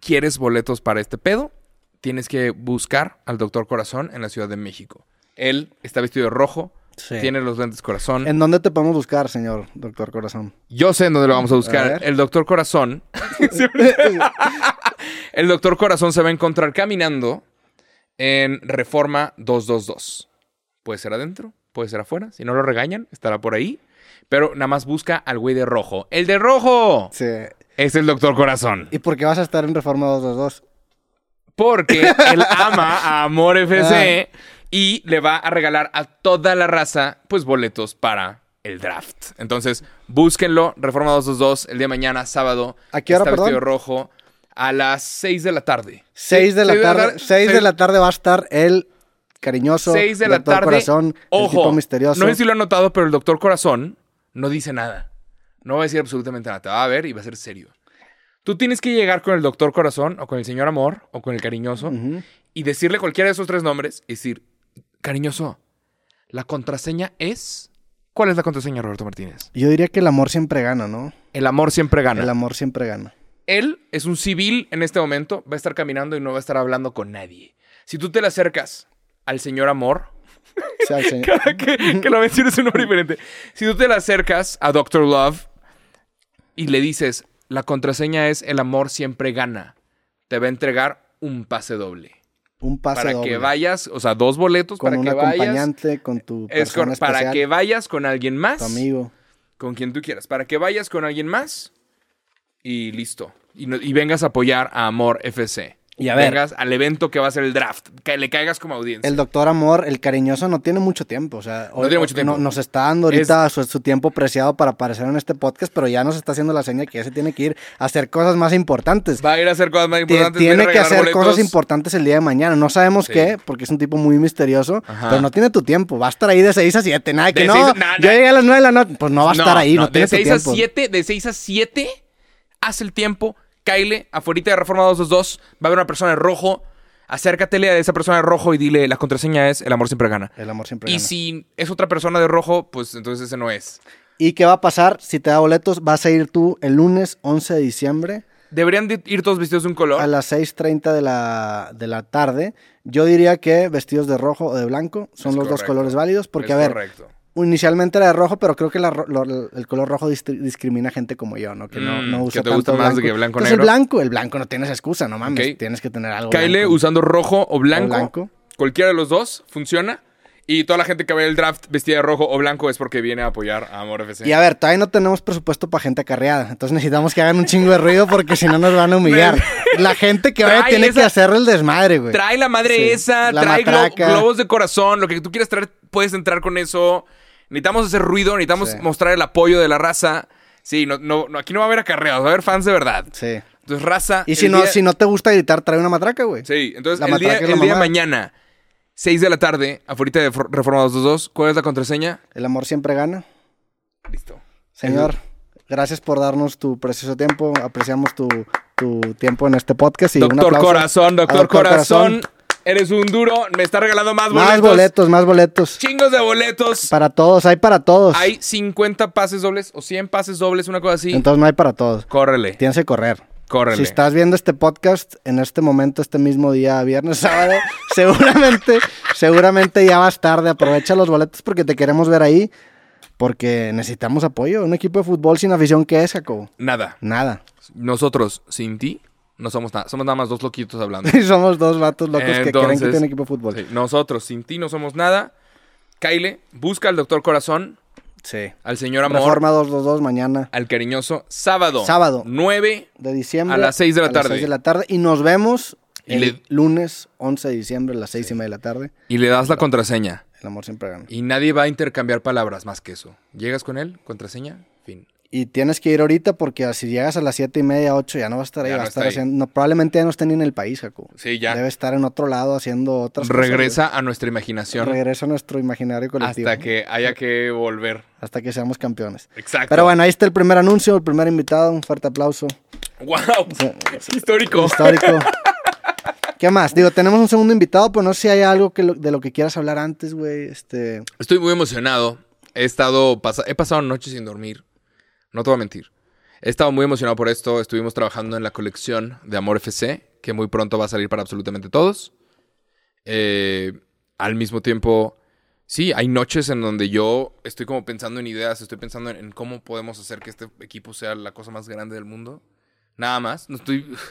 ¿Quieres boletos para este pedo? Tienes que buscar al doctor Corazón en la Ciudad de México. Él está vestido de rojo. Sí. Tiene los lentes corazón. ¿En dónde te podemos buscar, señor doctor corazón? Yo sé en dónde lo vamos a A buscar. ver. el doctor Corazón. el doctor Corazón se va a encontrar caminando en Reforma 222. Puede ser adentro, puede ser afuera. Si no lo regañan, estará por ahí. Pero nada más busca al güey de rojo. ¡El de rojo! Sí. Es el doctor Corazón. ¿Y por qué vas a estar en Reforma 222? Porque él ama a Amor FC Ah. y le va a regalar a toda la raza, pues, boletos para el draft. Entonces, búsquenlo, Reforma 222, el día de mañana, sábado. ¿A qué hora, está vestido perdón? rojo, a las 6 de la tarde. 6 de la Seis tarde, 6 de la tarde va a estar el cariñoso seis de la doctor tarde. corazón, Ojo, el tipo misterioso. no sé si lo han notado, pero el doctor Corazón no dice nada. No va a decir absolutamente nada. Te va a ver y va a ser serio. Tú tienes que llegar con el doctor Corazón o con el señor Amor o con el cariñoso Ujú. y decirle cualquiera de esos tres nombres y decir, cariñoso, la contraseña es... ¿Cuál es la contraseña, Roberto Martínez? Yo diría que el amor siempre gana, ¿no? El amor siempre gana. El amor siempre gana. Él es un civil en este momento, va a estar caminando y no va a estar hablando con nadie. Si tú te le acercas al señor amor, O sea, el señor- que, que lo menciones un nombre diferente, si tú te le acercas a Doctor Love y le dices, la contraseña es el amor siempre gana, te va a entregar un pase doble. Un pase para doble. que vayas, o sea, dos boletos con para un que vayas. acompañante, con tu Es persona cor- para especial, que vayas con alguien más, tu amigo. con quien tú quieras, para que vayas con alguien más y listo. Y, no- y vengas a apoyar a Amor FC. Y a ver. Vengas al evento que va a ser el draft, que le caigas como audiencia. El doctor Amor, el cariñoso, no tiene mucho tiempo. O sea, hoy- tiene mucho tiempo. nos está dando ahorita su, su tiempo preciado para aparecer en este podcast, pero ya nos está haciendo la seña que ya se tiene que ir a hacer cosas más importantes. Va a ir a hacer cosas más Tie- importantes. va a Pues ir tiene a que regalar hacer cosas boletos. importantes el día de mañana. No sabemos Sí. qué, porque es un tipo muy misterioso, Ajá. pero no tiene tu tiempo. Va a estar ahí de 6 a 7. Nada, de que De no. seis- na- yo na- llegué a las 9 de la noche. Pues no va a estar ahí, no, tiene de tu 6 tiempo. a 7, de 6 a 7, haz el tiempo, Kyle, afuera de Reforma 222, va a haber una persona de rojo, acércatele a esa persona de rojo y dile, la contraseña es el amor siempre gana. El amor siempre Y gana. si es otra persona de rojo, pues entonces ese no es. ¿Y qué va a pasar si te da boletos? Vas a ir tú el lunes 11 de diciembre Deberían de ir todos vestidos de un color. a las 6.30 de la, de la tarde. Yo diría que vestidos de rojo o de blanco son Es los dos correcto. colores válidos, porque Es a ver, correcto. inicialmente era de rojo, pero creo que la ro- lo- el color rojo distri- discrimina gente como yo, ¿no? Que no, Mm, no que usa te tanto gusta más de que blanco, Entonces, el negro. blanco, el blanco no tienes excusa, no mames, Ok. tienes que tener algo Kyle blanco. usando rojo o blanco, blanco. cualquiera de los dos funciona. Y toda la gente que ve el draft vestida de rojo o blanco es porque viene a apoyar a Amor FC. Y a ver, todavía no tenemos presupuesto para gente acarreada. Entonces necesitamos que hagan un chingo de ruido porque si no nos van a humillar. La gente que vaya Trae tiene que esa- hacer el desmadre, güey. Trae la madre Sí, esa, la trae glo- matraca. globos de corazón, lo que tú quieras traer, puedes entrar con eso. Necesitamos hacer ruido, necesitamos Sí. mostrar el apoyo de la raza. Sí, no, no, no, aquí no va a haber acarreados, va a haber fans de verdad. Sí. Entonces, raza. Y si el no, día- si no te gusta gritar, trae una matraca, güey. Sí, entonces La el día, matraca es la el día de mamá. mañana, 6 de la tarde, afuera de For- Reforma 222, ¿cuál es la contraseña? El amor siempre gana. Listo. Señor, gracias por darnos tu precioso tiempo. Apreciamos tu, tu tiempo en este podcast. Y un doctor aplauso Corazón, a doctor, corazón, eres un duro, me está regalando más boletos. Más boletos, más boletos. Chingos de boletos. Para todos, hay para todos. Hay 50 pases dobles o 100 pases dobles, una cosa así. Entonces no hay para todos. Córrele. Tienes que correr. Córrele. Si estás viendo este podcast en este momento, este mismo día, viernes, sábado, seguramente, seguramente ya vas tarde. Aprovecha los boletos porque te queremos ver ahí. Porque necesitamos apoyo. Un equipo de fútbol sin afición, ¿qué es, Jacobo? Nada. Nada. Nosotros, sin ti, no somos nada. Somos nada más dos loquitos hablando. Somos dos vatos locos que creen que Entonces, tienen equipo de fútbol. Sí, Nosotros, sin ti, no somos nada. Kyle, busca al doctor Corazón, Sí. al señor Amor, Reforma 222 mañana al cariñoso, sábado. Sábado. 9. de diciembre. A las seis de la a las tarde. seis de la tarde. Y nos vemos Y el le- lunes 11 de diciembre a las 6 y media de la tarde. Y le das la contraseña. El amor siempre gana. Y nadie va a intercambiar palabras más que eso. Llegas con él, contraseña, fin. Y tienes que ir ahorita porque si llegas a las 7 y media, 8, ya no va a estar ahí. Ya va a no estar está ahí. haciendo. no, probablemente ya no esté ni en el país, Jacob. Sí, ya. Debe estar en otro lado haciendo otras cosas, Regresa a nuestra güey. imaginación Regresa a nuestro imaginario colectivo. hasta que haya que volver. hasta que seamos campeones. Exacto. Pero bueno, ahí está el primer anuncio, el primer invitado. Un fuerte aplauso. ¡Wow! sea, Histórico. Histórico. ¿Qué más? Digo, tenemos un segundo invitado, pero no sé si hay algo que lo- de lo que quieras hablar antes, güey. Este, Estoy muy emocionado. He estado pas- he pasado noches sin dormir. No te voy a mentir. He estado muy emocionado por esto. Estuvimos trabajando en la colección de Amor FC, que muy pronto va a salir para absolutamente todos. Eh, al mismo tiempo, sí, hay noches en donde yo estoy como pensando en ideas, estoy pensando en, en cómo podemos hacer que este equipo sea la cosa más grande del mundo. Nada más. No estoy.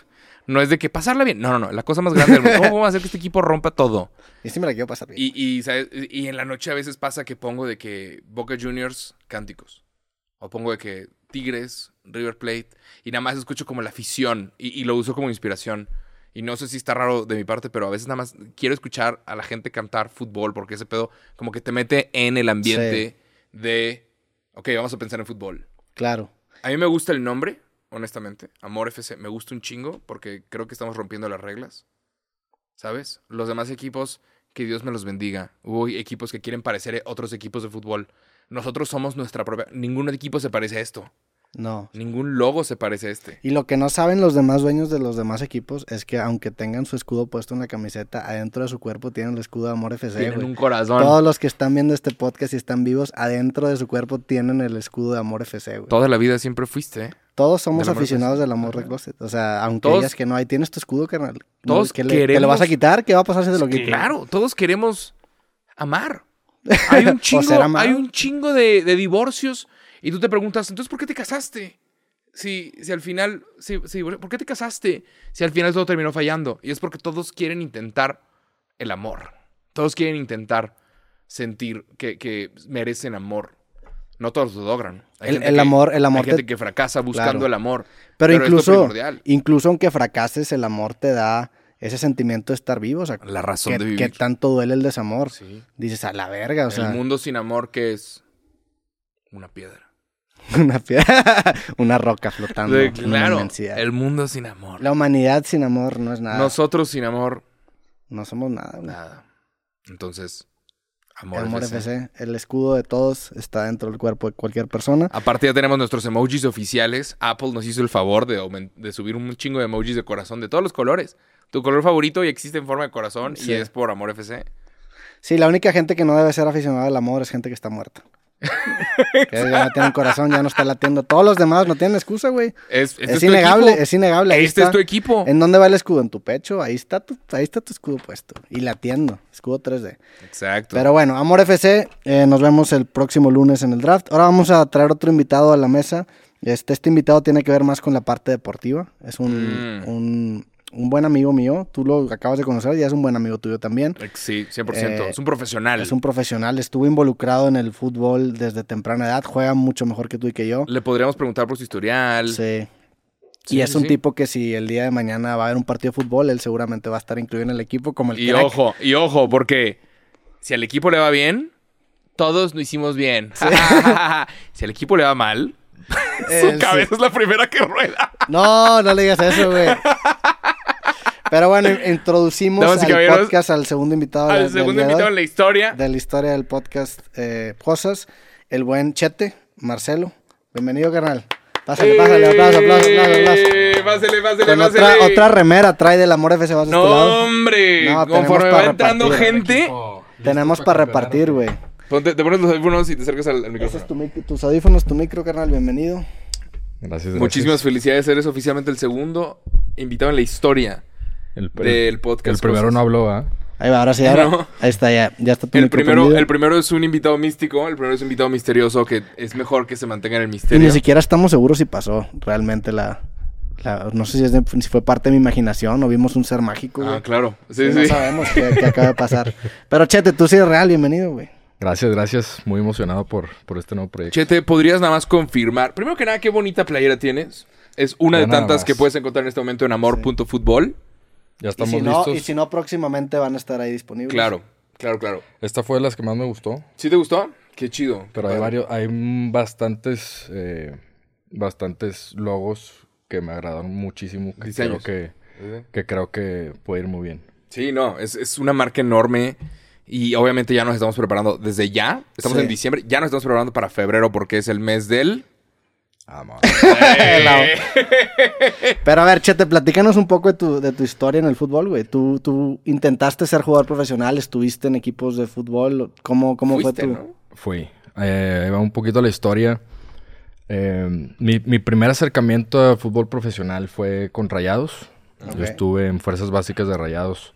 No es de que pasarla bien. No, no, no. La cosa más grande del mundo. ¿Cómo podemos hacer que este equipo rompa todo? y sí me la quiero pasar bien. Y, y, ¿sabes? Y en la noche a veces pasa que pongo de que Boca Juniors cánticos. O pongo de que Tigres, River Plate. Y nada más escucho como la afición. Y, y lo uso como inspiración. Y no sé si está raro de mi parte, pero a veces nada más quiero escuchar a la gente cantar fútbol. Porque ese pedo como que te mete en el ambiente de... Ok, vamos a pensar en fútbol. Claro. A mí me gusta el nombre, honestamente. Amor FC. Me gusta un chingo porque creo que estamos rompiendo las reglas. ¿Sabes? Los demás equipos, que Dios me los bendiga. Hubo equipos que quieren parecer otros equipos de fútbol. Nosotros somos nuestra propia. Ningún equipo se parece a esto. No. Ningún logo se parece a este. Y lo que no saben los demás dueños de los demás equipos es que aunque tengan su escudo puesto en la camiseta, adentro de su cuerpo tienen el escudo de Amor FC, Tienen güey. un corazón. Todos los que están viendo este podcast y están vivos, adentro de su cuerpo tienen el escudo de Amor FC, güey. Toda la vida siempre fuiste. ¿eh? Todos somos del Amor aficionados FC. del Amor de Closet. O sea, aunque Todos- digas que no, ahí tienes tu escudo, carnal. No, Todos que le, que le vas a queremos- quitar, ¿qué va a pasar si te lo quitas? Claro, todos queremos amar. Hay un O ser chingo, amado. hay un chingo de, de divorcios y tú te preguntas, entonces, ¿por qué te casaste? si, si al final, si, si- ¿por qué te casaste? Si al final todo terminó fallando. Y es porque todos quieren intentar el amor. Todos quieren intentar sentir que, que merecen amor. No todos lo logran. Hay El- gente el que- amor- el amor Hay gente te- que fracasa buscando Claro. el amor. Pero, es lo incluso, primordial. incluso aunque fracases, el amor te da ese sentimiento de estar vivo. O sea, La razón que, de que vivir. tanto duele el desamor. Sí. Dices, a la verga, o sea, el mundo sin amor que es una piedra. una piedra, una roca flotando. Sí, en la claro, Ah, inmensidad. el mundo sin amor. La humanidad sin amor no es nada. Nosotros sin amor, no somos nada. güey. nada. Entonces, amor, El Amor FC. FC, el escudo de todos está dentro del cuerpo de cualquier persona. Aparte ya tenemos nuestros emojis oficiales. Apple nos hizo el favor de, aumen- de subir un chingo de emojis de corazón de todos los colores. Tu color favorito y existe en forma de corazón Sí. y es por Amor FC. Sí, la única gente que no debe ser aficionada al amor es gente que está muerta. que ya no tiene un corazón, ya no está latiendo. Todos los demás no tienen excusa, güey. Es, este Es, tu innegable, equipo. es innegable. Ahí Este está. es tu equipo. ¿En dónde va el escudo? En tu pecho. Ahí está tu, ahí está tu escudo puesto. Y latiendo. Escudo 3D. Exacto. Pero bueno, Amor FC, eh, nos vemos el próximo lunes en el draft. Ahora vamos a traer otro invitado a la mesa. Este, este invitado tiene que ver más con la parte deportiva. Es un, Mm. un, un buen amigo mío. Tú lo acabas de conocer, ya es un buen amigo tuyo también. Eh, Sí, 100%. Eh, es un profesional. Es un profesional, estuvo involucrado en el fútbol desde temprana edad, juega mucho mejor que tú y que yo. Le podríamos preguntar por su historial. Sí. Sí, y es sí, un sí. tipo que si el día de mañana va a haber un partido de fútbol, él seguramente va a estar incluido en el equipo como el Y crack. ojo, y ojo, porque si al equipo le va bien, todos lo hicimos bien. si al equipo le va mal, Él su Eh, sí. cabeza es la primera que rueda. No, no le digas eso, güey. Pero bueno, in- introducimos Damas y al caballeros, podcast al segundo invitado, de- Al del segundo día de invitado en hoy, la historia. de la historia del podcast eh, Cosas, el buen Chete, Marcelo. Bienvenido, carnal. Pásale, pásale, aplauso, aplauso, aplauso, aplauso. Eh, Pásele, pásele, Con pásele. otra, otra remera trae del amor FC, vas a este No, lado. hombre. No, tenemos Conforme va para entrando repartir. gente. Tenemos para repartir, güey. Ponte- te pones los audífonos y te acercas al, al Ese es micrófono. tu mic- tus audífonos, tu micro, carnal, bienvenido. Gracias, Muchísimas felicidades. Eres oficialmente el segundo invitado en la historia El, del podcast. el primero Cosas. no habló, ¿ah? Ahí va, ahora sí, ahora. No. Ahí está, ya, ya está tu El micro primero, prendido. el primero es un invitado místico, el primero es un invitado misterioso que es mejor que se mantenga en el Y misterio. ni siquiera estamos seguros si pasó realmente la. la- no sé si, es de- si fue parte de mi imaginación o vimos un ser mágico, güey. Ah, claro. Sí, No sí. sabemos qué, qué acaba de pasar. Pero Chete, tú sí eres real, bienvenido, güey. Gracias, gracias. Muy emocionado por, por este nuevo proyecto. Chete, ¿podrías nada más confirmar? Primero que nada, qué bonita playera tienes. Es una Ya de nada tantas más. que puedes encontrar en este momento en amor.futbol. Y Ya estamos si, no, listos. y si no, próximamente van a estar ahí disponibles. Claro, claro, claro. Esta fue de las que más me gustó, ¿Sí te gustó? Qué chido. pero hay varios, hay mm, bastantes, eh, bastantes logos que me agradaron muchísimo. Que creo Diseños. que, que creo que puede ir muy bien. Sí, no, es, es una marca enorme y obviamente ya nos estamos preparando desde ya. Estamos Sí. en diciembre, ya nos estamos preparando para febrero porque es el mes del... Amor. Pero a ver, Chete, platícanos un poco de tu, de tu historia en el fútbol, güey. Tú, tú intentaste ser jugador profesional, estuviste en equipos de fútbol. ¿Cómo, cómo Fuiste, fue tu.? ¿no? Fui. Eh, ahí va un poquito la historia. Eh, mi, mi primer acercamiento a fútbol profesional fue con Rayados. Ok. Yo estuve en Fuerzas Básicas de Rayados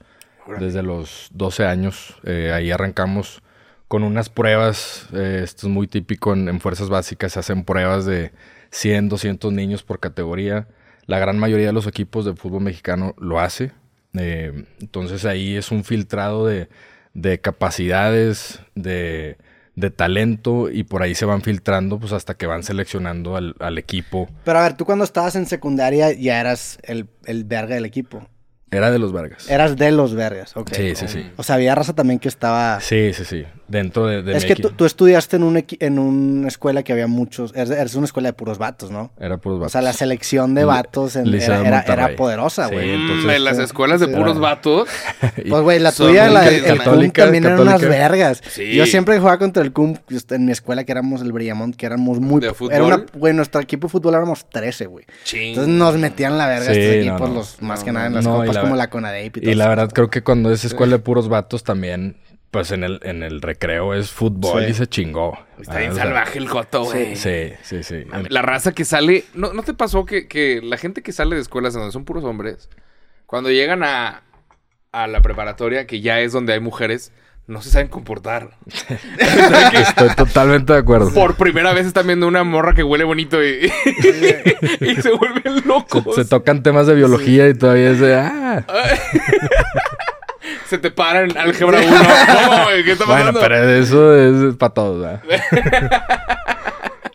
desde los 12 años. Eh, ahí arrancamos con unas pruebas. Eh, esto es muy típico en, en Fuerzas Básicas. Se hacen pruebas de 100, 200 niños por categoría. La gran mayoría de los equipos de fútbol mexicano lo hace. Eh, entonces ahí es un filtrado de, de capacidades, de, de talento y por ahí se van filtrando pues hasta que van seleccionando al, al equipo. Pero a ver, tú cuando estabas en secundaria ya eras el, el verga del equipo. Era de los Vargas. Eras de los vergas, ok. Sí, sí, sí. O sea, había raza también que estaba. Sí, sí, sí. Dentro de, de es mi que equipo. tú, tú estudiaste en, un equi- en una escuela que había muchos. Eres, eres una escuela de puros vatos, ¿no? Era puros O vatos. sea, la selección de Le- vatos en- Liceo era, de era- era Monterrey. poderosa, Sí. güey. Mm, entonces- en las escuelas de Sí. puros vatos. Y- Pues, güey, la Son tuya, la, católica- el CUM católica- también eran unas católica. vergas. Sí. Yo siempre jugaba contra el CUM just- en mi escuela, que éramos el Brillamont, que éramos muy. ¿De Era una- fútbol? güey, nuestro equipo de fútbol éramos 13, güey. Entonces Ching. nos metían la verga Sí, estos no, equipos, no. los, más No, que no, nada en las no, y copas la como ver- la Conadep y todo Y la eso. verdad creo que cuando es escuela de puros vatos también, pues en el, en el recreo es fútbol Sí. y se chingó. Está Ah, bien o sea, salvaje el joto, güey. Sí, sí, sí. Mami, La raza que sale. ¿No, no te pasó que, que la gente que sale de escuelas en donde son puros hombres, cuando llegan a, a la preparatoria, que ya es donde hay mujeres, no se saben comportar. Estoy totalmente de acuerdo. Por primera vez están viendo una morra que huele bonito y, y se vuelven Se, locos. se tocan temas de biología y todavía es de. Ah. Se te paran álgebra 1. ¿Cómo, güey? ¿Qué está Bueno, pasando? pero eso es para todos, ¿verdad?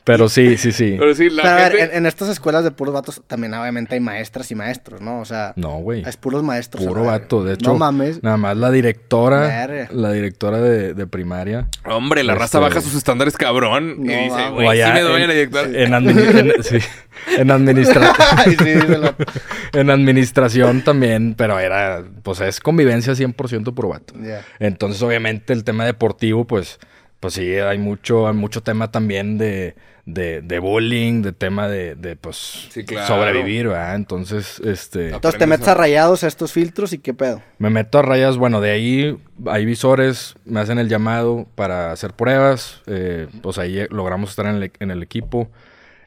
Pero sí, sí, sí. Pero sí, la Pero a ver, gente- en, en estas escuelas de puros vatos también obviamente hay maestras y maestros, ¿no? O sea, No, güey. es puros maestros. Puro a la vato. De verga. hecho, No mames. nada más la directora, Verga. la directora de, de primaria. Hombre, la raza Este- baja sus estándares cabrón. No, y dice, va, güey, O sí allá me doy a en- la directora. En, admini- en- sí, en administra- Ay, sí, dice el vato. en administración también, pero era, pues es convivencia 100% puro vato. Ya. Entonces, obviamente, el tema deportivo, pues, pues sí, hay mucho, hay mucho tema también de, de, de bullying, de tema de, de pues, Sí, claro. sobrevivir, ¿verdad? Entonces, este... Entonces te metes a rayados a estos filtros y qué pedo. Me meto a rayas, bueno, de ahí hay visores, me hacen el llamado para hacer pruebas, eh, pues ahí eh, logramos estar en el, en el equipo.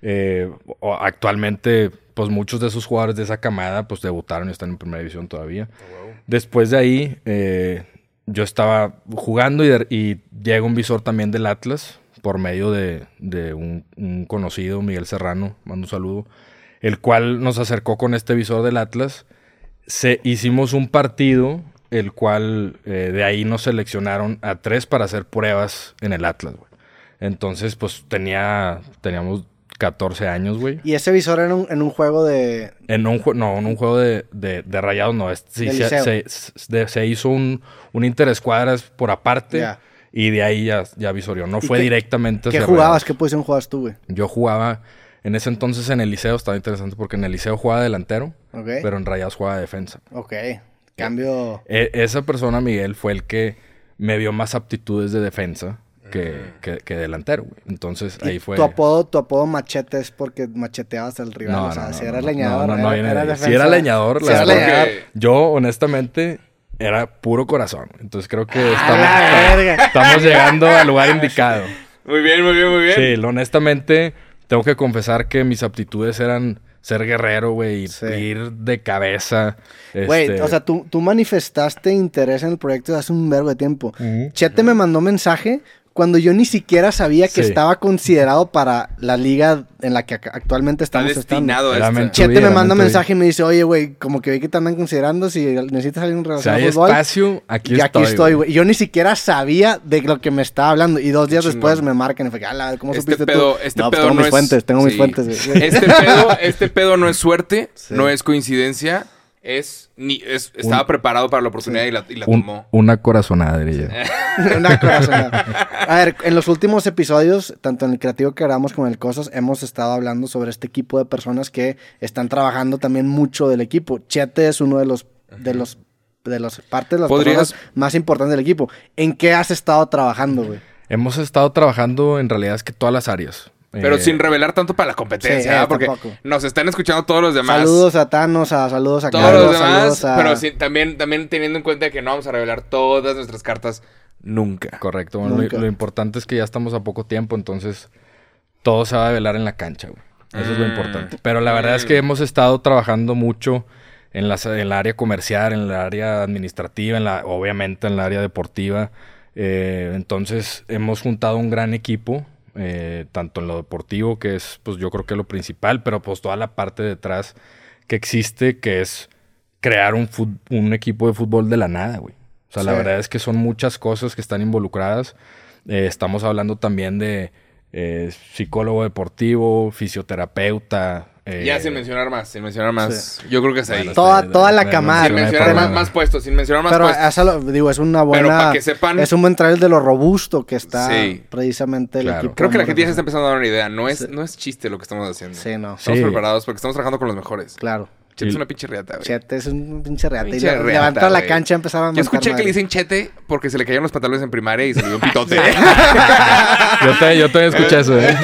Eh, o- actualmente, pues muchos de esos jugadores de esa camada, pues debutaron y están en primera división todavía. Después de ahí, eh, yo estaba jugando y, de- y llega un visor también del Atlas por medio de, de un, un conocido, Miguel Serrano, mando un saludo, el cual nos acercó con este visor del Atlas se hicimos un partido el cual eh, de ahí nos seleccionaron a tres para hacer pruebas en el Atlas, güey. Entonces, pues tenía teníamos 14 años, güey. Y ese visor era un- en un juego de. En un jue- no, en un juego de, de, de rayados no, es- sí, Del se, liceo. se- s- de- se hizo un, un interescuadras por aparte Ya. y de ahí ya, ya visorió. No ¿Y fue qué- directamente ¿Qué hacia jugabas? Rayados. ¿Qué posición jugabas tú, güey? Yo jugaba en ese entonces en el liceo, estaba interesante porque en el liceo jugaba delantero, Ok. pero en rayados jugaba defensa. Ok. Cambio. E- esa persona, Miguel, fue el que me vio más aptitudes de defensa que, que- que delantero, güey. Entonces, ahí fue... Mm. Tu apodo, tu apodo machete es porque macheteabas al rival. No, o sea, no, no, si no, eras no, leñador. no, no, no era- viene era de ahí. defensa. Si era leñador, Si la era verdad leñador. que- Yo, honestamente, era puro corazón. Entonces, creo que A la estamos, verga. estamos llegando al lugar indicado. Muy bien, muy bien, muy bien. Sí, lo- honestamente, tengo que confesar que mis aptitudes eran ser guerrero, güey. y Sí. Ir de cabeza. Güey, este, o sea, tú, tú manifestaste interés en el proyecto hace un vergo de tiempo. Chete me mandó mensaje cuando yo ni siquiera sabía que Sí. estaba considerado para la liga en la que ac- actualmente Está estamos estando. destinado este- a Era esto. mentira. Chete me Tuviera, manda no tuviera. mensaje y me dice, oye, güey, como que vi que te andan considerando si necesitas alguien si relacionado hay al fútbol. espacio, aquí y aquí estoy, güey. güey. Y Yo ni siquiera sabía de lo que me estaba hablando. Y dos días Chingón. después me marcan y fue, "Ala, ¿cómo Este supiste pedo, tú? este no, pues, pedo tengo no mis es... fuentes, tengo mis sí. fuentes, güey. Este pedo, este pedo no es suerte, Sí. no es coincidencia, es... Ni, es- estaba preparado para la oportunidad y la, y la Un- tomó. una corazonada, diría yo. Una corazonada. A ver, en los últimos episodios, tanto en el creativo que grabamos como en el Cosas, hemos estado hablando sobre este equipo de personas que están trabajando también mucho del equipo. Chete es uno de los de los de las partes de las ¿Podrías- personas más importantes del equipo. ¿En qué has estado trabajando, güey? Hemos estado trabajando en realidad es que todas las áreas. Pero Eh, sin revelar tanto para la competencia, Sí, ¿verdad? eh, porque tampoco. nos están escuchando todos los demás. Saludos a Thanos, a saludos a todos Carlos, los demás, saludos a pero sí, también, también teniendo en cuenta que no vamos a revelar todas nuestras cartas nunca. Correcto. Bueno, lo, Nunca. lo importante es que ya estamos a poco tiempo, entonces todo se va a velar en la cancha, güey. Eso es lo importante. Pero la verdad es que hemos estado trabajando mucho en, las- en la área comercial, en la área administrativa, en la, obviamente en la área deportiva. Eh, entonces hemos juntado un gran equipo, eh, tanto en lo deportivo, que es pues yo creo que lo principal, pero pues toda la parte detrás que existe, que es crear un, fut- un equipo de fútbol de la nada, güey. O sea, la Sí. verdad es que son muchas cosas que están involucradas. Eh, estamos hablando también de eh, psicólogo deportivo, fisioterapeuta. eh, ya sin mencionar más, sin mencionar más. Yo creo que es ahí. bueno, Toda- sí, toda la no camada. sin hay mencionar más, problema. más puestos, sin mencionar más Pero puestos. hazlo- digo, es una Pero buena. para que sepan- Es un buen trailer de lo robusto que está Sí. precisamente el Claro. equipo. Creo que la Bueno, gente ya se está empezando a dar una idea. No es, Sí. no es chiste lo que estamos haciendo. Sí, no. Estamos Sí. preparados porque estamos trabajando con los mejores. Claro. Chete es Sí. una pinche riata, güey. Chete es un pinche reata. Pinche y le- reata, levanta la güey. cancha y empezaba a Yo mentar escuché que madre. le dicen chete porque se le cayeron los pantalones en primaria y se le dio un pitote. Yo te, yo te escuché eso, ¿eh?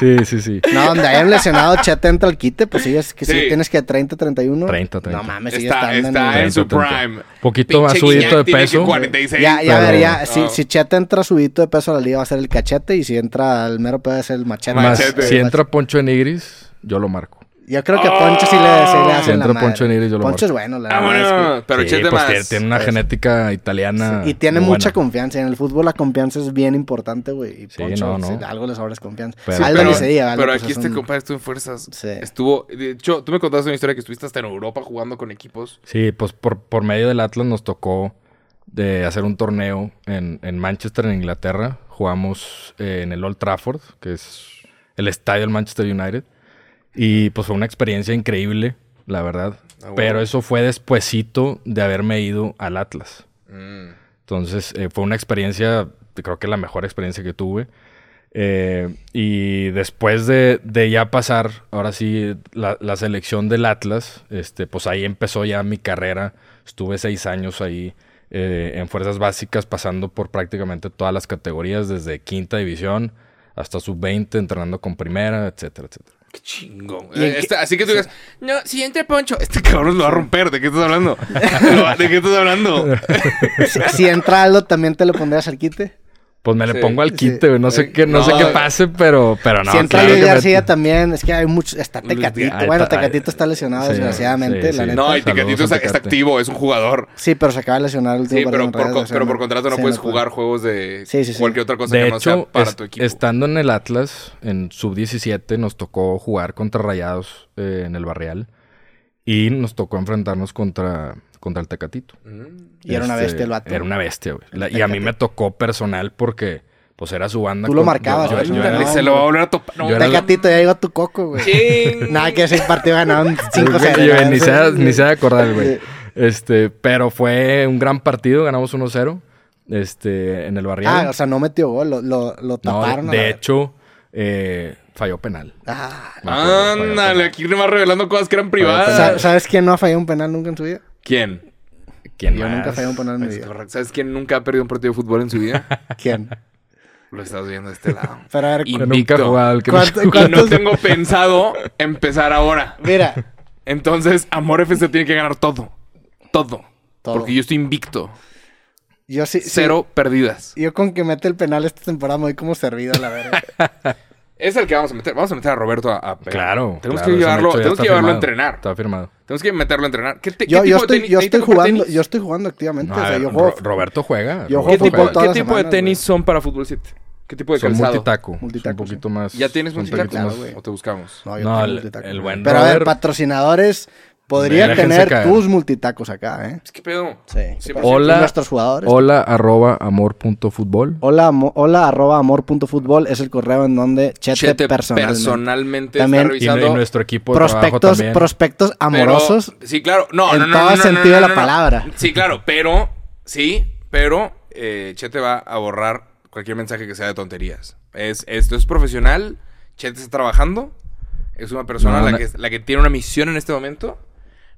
sí, sí, sí. No, donde hayan lesionado Chete entra al quite, pues sigues que sí. Sí. tienes que 30, 31. 30, 30. No mames, sigue está estando está eh, en en el- su 30. prime. Poquito más Pinche subidito Guiñac de tiene que peso. 46. Ya, ya, a pero- ver, ya. Si, No. si Chete entra subidito de peso a la liga va a ser el cachete y si entra al mero pedo va a ser el machete. Más, Machete. si entra Poncho en Igris, yo lo marco. Y Yo creo que a Poncho sí le, sí le hace Si la entra madre. Poncho Nigris, yo lo Poncho es bueno, la verdad. es Oh. Vámonos. Ah, Pero Sí, échate pues, más. tiene- Tiene una Pues- genética que- italiana. sí, y tiene muy mucha buena. confianza. En el fútbol la confianza es bien importante, güey. Y Sí, Poncho, no, no. sí, algo le sobra es confianza. Pero- Aldo pero, ni se diga, Aldo, pero pues, aquí es este un- compadre estuvo en fuerzas. Sí. Estuvo. De hecho, tú me contaste una historia que estuviste hasta en Europa jugando con equipos. Sí, pues por, por medio del Atlas nos tocó de hacer un torneo en, en Manchester, en Inglaterra. Jugamos eh, en el Old Trafford, que es el estadio del Manchester United. Y pues fue una experiencia increíble, la verdad. Ah, wow. Pero eso fue despuesito de haberme ido al Atlas. Mm. Entonces, eh, fue una experiencia, creo que la mejor experiencia que tuve. Eh, y después de, de ya pasar, ahora sí, la, la selección del Atlas, este, pues ahí empezó ya mi carrera. Estuve seis años ahí eh, en fuerzas básicas, pasando por prácticamente todas las categorías, desde quinta división hasta sub-20, entrenando con primera, etcétera, etcétera. Qué chingón. ¿Y en Eh, está- así que tú digas, no, si entra Poncho, este cabrón lo va a romper. ¿De qué estás hablando? Lo va- ¿De qué estás hablando? Pues, Si, si entra Aldo, ¿también te lo pondrías al quite. Pues me Sí, le pongo al sí. quite, güey. No sé qué, no, No, sé qué güey. pase, pero, pero Ah, no. si entra claro Luis que me- García también, es que hay muchos. Está Luis Tecatito. García. bueno, Ay, ta- Tecatito está lesionado, sí, desgraciadamente. sí, la sí. neta. No, y Saludos Tecatito a está, Tecate. está activo, es un jugador. Sí, pero se acaba de lesionar el último Sí, partido pero en por, redes, con- pero por desgraciadamente. contrato no Sí, puedes puede. jugar juegos de Sí, sí, sí. cualquier otra cosa De que no sea hecho, para es- tu equipo. estando en el Atlas, en sub-17, nos tocó jugar contra Rayados eh, en el Barreal. Y nos tocó enfrentarnos contra, contra el Tecatito. Mm. Y era una Este, bestia el vato. Era una bestia, güey. La- y a Tecatito. mí me tocó personal porque, pues, era su banda. Tú lo con- marcabas, yo- güey. yo- yo Ándale, era- Ah, no, se lo va a volver a topar. No, yo era- Tecatito, ya llegó tu coco, güey. Ching. Nada, que ese partido ganaron 5 Yo ni se ha- ni se ha de acordar, güey. Este, pero fue un gran partido. Ganamos 1-0 este, en el Barreal. Ah, o sea, no metió gol, lo, lo, lo No, taparon. a la- de hecho, eh, falló penal. Ah. Me acuerdo, falló Ándale, penal. aquí nomás revelando cosas que eran Ah. Sa- privadas. ¿Sabes quién no ha fallado un penal nunca en su vida? ¿Quién? ¿Quién Yo nunca he más? fallado un penal en mi Es vida. correcto. ¿Sabes quién nunca ha perdido un partido de fútbol en su vida? ¿Quién? Lo estás viendo de este lado. Pero a ver, Y- Que Invicto. nunca he jugado al que ¿Cuánto- me- Y no ¿Cuántos- tengo pensado empezar ahora. mira. Entonces, Amor FC tiene que ganar todo. Todo. Todo. Porque yo estoy invicto. Yo sí. sí. Cero perdidas. Yo con que mete el penal esta temporada me voy como servido, la verdad. Es el que vamos a meter. Vamos a meter a Roberto a, a pegar. Claro. Tenemos claro, que es un llevarlo, hecho, ya tenemos está que llevarlo a firmado. entrenar. Está firmado. Tenemos que meterlo a entrenar. ¿Qué, te- Yo, qué yo tipo de estoy, tenis- yo necesita estoy comprar jugando, tenis? yo estoy jugando activamente. No, o a sea, ver, yo juego Ro- Roberto juega. Yo ¿Qué Roberto juego tipo, fútbol juega. todas qué las tipo de semanas, tenis güey. son para fútbol 7? ¿Qué tipo de Son calzado? multitaco. Multitaco, Son un poquito sí. más. ¿Ya tienes son un multitaco? poquito Claro, más- güey. ¿O te buscamos? No, yo No, tengo el- multitaco. el buen Pero a ver, Robert- patrocinadores, podría Déjense tener caer. tus multitacos acá, ¿eh? Es que pedo. Sí. Sí, Por o- cierto, Hola. Nuestros jugadores. Hola, arroba, amor punto fútbol. Hola, amo- hola arroba amor.futbol es el correo en donde chete, Chete personalmente. personalmente También- está Y, no- y revisando. nuestro equipo de trabajo prospectos, también. prospectos pero- amorosos. sí, claro. No, en no, no, todo no, no, sentido no, de la no, no. palabra. Sí, claro, pero. Sí, pero. eh, Chete va a borrar cualquier mensaje que sea de tonterías. Es, esto es profesional. Chete está trabajando. Es una persona No, la, no. que, la que tiene una misión en este momento.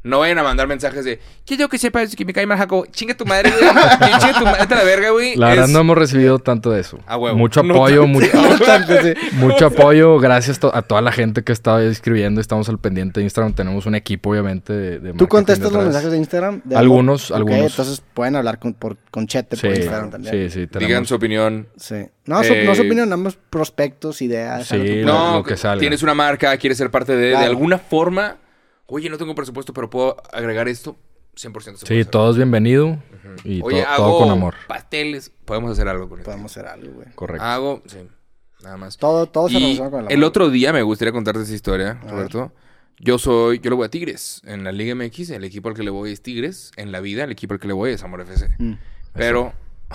No vayan a mandar mensajes de. Quiero que sepas que me cae mal Jacobo. Chinga tu madre, güey. Chinga tu madre. Vete a la verga, güey. La verdad Es- no hemos recibido tanto de eso. A huevo. Mucho No apoyo, tanto. mucho, Bastante, sí. mucho apoyo. Gracias to- a toda la gente que está escribiendo. Estamos al pendiente de Instagram. Tenemos un equipo, obviamente, de, de marketing ¿Tú contestas los detrás. mensajes de Instagram? De Algunos, Ok, algunos. entonces pueden hablar con, por- con Chete por Instagram también. Sí. Sí, sí, tenemos- Digan su opinión. No, su, no su Eh, opinión, nada más prospectos, ideas. Sí, algo que- lo- No, lo que salga. tienes una marca, quieres ser parte de, de Claro. alguna forma. Oye, no tengo presupuesto, pero puedo agregar esto. 100% se puede Sí, hacer. todo es bienvenido. Y Oye, to- hago todo con amor. pasteles. Podemos hacer algo con esto. Podemos hacer algo, güey. Correcto. Hago, sí, nada más. Todo, todo se Y relaciona con el otro día me gustaría contarte esa historia, Roberto. Yo soy, yo le voy a Tigres en la Liga MX, el equipo al que le voy es Tigres, en la vida el equipo al que le voy es Amor FC. Mm. Pero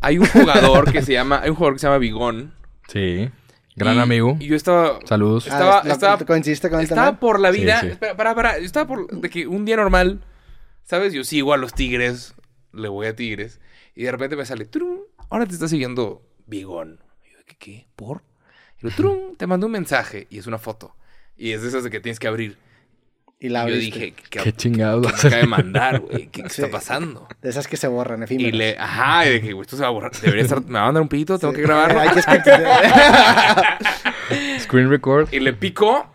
hay un jugador que se llama, hay un jugador que se llama Bigón. Sí. Gran Y- amigo. Y yo estaba Saludos. Ah, Estaba- Ah, la- estaba- ¿Coincidiste con él Estaba también? por la vida. Sí, sí. Espera, para, para. Yo estaba por. De que un día normal, ¿sabes? Yo sigo a los tigres. Le voy a tigres. Y de repente me sale. "Trum, ahora te está siguiendo Bigón. Y yo, ¿qué? qué? ¿Por? Y lo, "Trum, te mandó un mensaje. Y es una foto. Y es de esas de que tienes que abrir. Y la Y yo abriste. dije, ¿qué, Qué chingados. me acaba de mandar, güey? ¿Qué, qué Sí. está pasando? De esas que se borran, Y efímeras. le. Ajá. Y de que, güey, esto se va a borrar. Debería estar. Me va a mandar un pito. Tengo que grabarlo. Hay que escuchar. Screen record. Y le pico.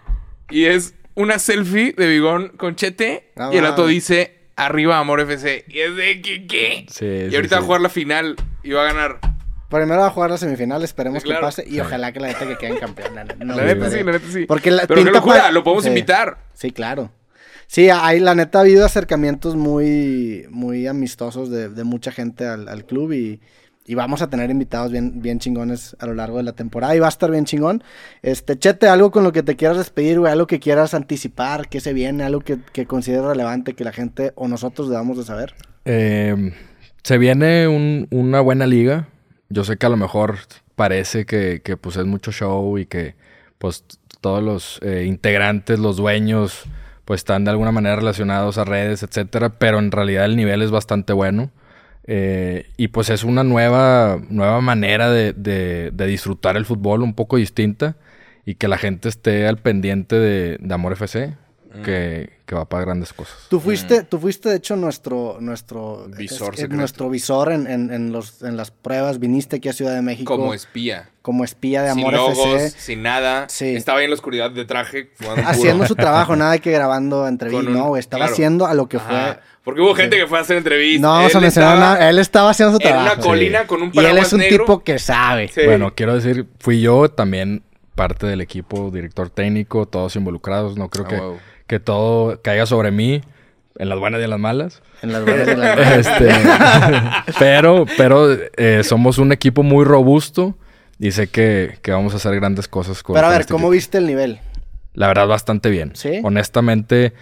Y es una selfie de Bigón con Chete. No y el auto mames. dice: Arriba, amor FC. Y es de que, ¿qué? Sí, y sí, ahorita va a sí. jugar la final. Y va a ganar. Primero va a jugar la semifinal, esperemos Sí, claro. que pase. Y ojalá que la neta que queden campeona. No, La neta hombre. sí, la neta sí. Porque la Pero qué pinta locura, pa- lo podemos Sí. invitar. Sí, claro. Sí, hay, la neta, ha habido acercamientos muy, muy amistosos de, de mucha gente al, al club y, y vamos a tener invitados bien, bien chingones a lo largo de la temporada y va a estar bien chingón. Este, Chete, algo con lo que te quieras despedir, güey, algo que quieras anticipar, que se viene, algo que, que consideres relevante que la gente o nosotros debamos de saber. Eh, se viene un- una buena liga. Yo sé que a lo mejor parece que, que, pues es mucho show y que pues todos los eh, integrantes, los dueños, pues están de alguna manera relacionados a redes, etcétera, pero en realidad el nivel es bastante bueno. Eh, y pues es una nueva, nueva manera de, de- de disfrutar el fútbol un poco distinta y que la gente esté al pendiente de, de Amor FC, que, que va para grandes cosas. Tú fuiste, tú fuiste de hecho nuestro, nuestro Mm. Visor es- secreto. nuestro visor en, en- en los, en las pruebas, viniste aquí a Ciudad de México Como espía. como espía de Sin Amor logos, FC. sin nada. Sí. Estaba ahí en la oscuridad de traje. fumando un haciendo puro. su trabajo, nada que grabando entrevistas. Con un- No, güey, estaba claro. haciendo a lo que Ajá. fue. Porque hubo gente que fue a hacer entrevistas. No vamos Él a mencionar estaba nada. Él estaba haciendo su En trabajo. una colina con un y él paraguas es un negro. tipo que sabe. Sí. Bueno, quiero decir, fui yo también parte del equipo, director técnico, todos involucrados. No creo Ah, que, wow. que todo caiga sobre mí, en las buenas y en las malas. En las buenas y en las malas. Este, pero pero eh, somos un equipo muy robusto y sé que, que vamos a hacer grandes cosas con Pero a con ver, este ¿cómo equipo. viste el nivel? La verdad, bastante bien. ¿Sí? Honestamente,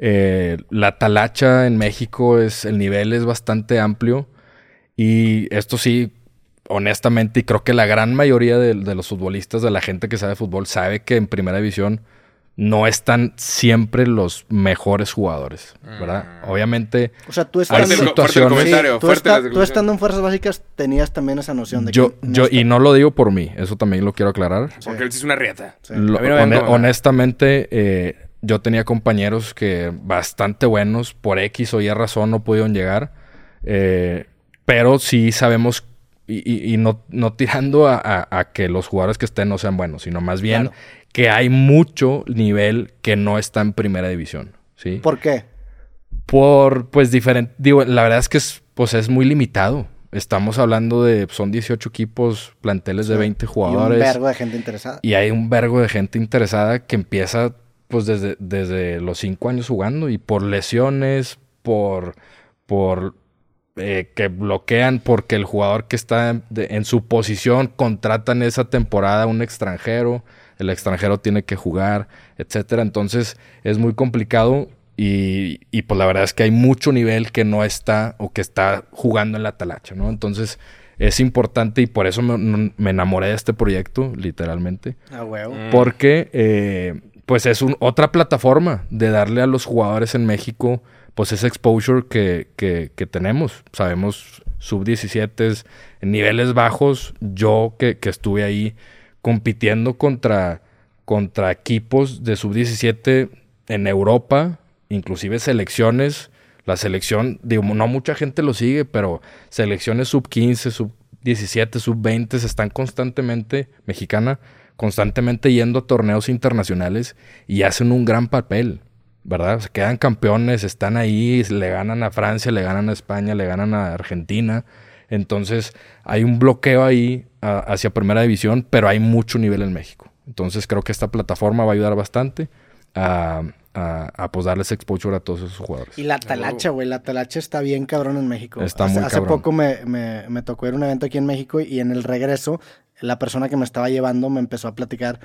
eh, la talacha en México es, el nivel es bastante amplio. Y esto sí, honestamente, y creo que la gran mayoría de, de los futbolistas, de la gente que sabe fútbol, sabe que en primera división no están siempre los mejores jugadores, ¿verdad? Mm. Obviamente, O sea, tú Fuerte estando, el- fuerte el Sí, comentario, tú, fuerte esta- las tú declaraciones. estando en Fuerzas Básicas tenías también esa noción de que. yo, no yo, está- y no lo digo por mí, eso también lo quiero aclarar. Porque él sí es una riata. Sí. Lo- A mí no me hone- vengan con- honestamente, eh, yo tenía compañeros que bastante buenos, por X o Y razón no pudieron llegar, eh, pero sí sabemos, y, y- y no, no tirando a, a- a que los jugadores que estén no sean buenos, sino más bien Claro. que hay mucho nivel que no está en primera división. ¿sí? ¿Por qué? Por, pues, diferente. Digo, la verdad es que es, pues, es muy limitado. Estamos hablando de. Son 18 equipos, planteles de 20 Y un jugadores. vergo de gente interesada. Y hay un vergo de gente interesada que empieza, pues, desde, desde los 5 años jugando. Y por lesiones, por. por eh, que bloquean porque el jugador que está de- en su posición contratan esa temporada a un extranjero, el extranjero tiene que jugar, etcétera. Entonces es muy complicado y, y, pues la verdad es que hay mucho nivel que no está o que está jugando en la talacha, ¿no? Entonces es importante y por eso me, me enamoré de este proyecto, literalmente. A huevo. Mm. Porque, eh, pues, es un- otra plataforma de darle a los jugadores en México, pues, ese exposure que, que- que tenemos. Sabemos, sub-17, en niveles bajos, yo que, que estuve ahí compitiendo contra, contra equipos de sub-17 en Europa, inclusive selecciones. La selección, digo, no mucha gente lo sigue, pero selecciones sub-15, sub-17, sub-20 se están constantemente, mexicana, constantemente yendo a torneos internacionales y hacen un gran papel, ¿verdad? Se quedan campeones, están ahí, le ganan a Francia, le ganan a España, le ganan a Argentina. Entonces, hay un bloqueo ahí a- hacia Primera División, pero hay mucho nivel en México. Entonces, creo que esta plataforma va a ayudar bastante a, a, a, pues, darles exposure a todos esos jugadores. Y la talacha, güey, la talacha está bien cabrón en México. Está hace, muy hace cabrón. poco me, me- me tocó ir a un evento aquí en México y en el regreso la persona que me estaba llevando me empezó a platicar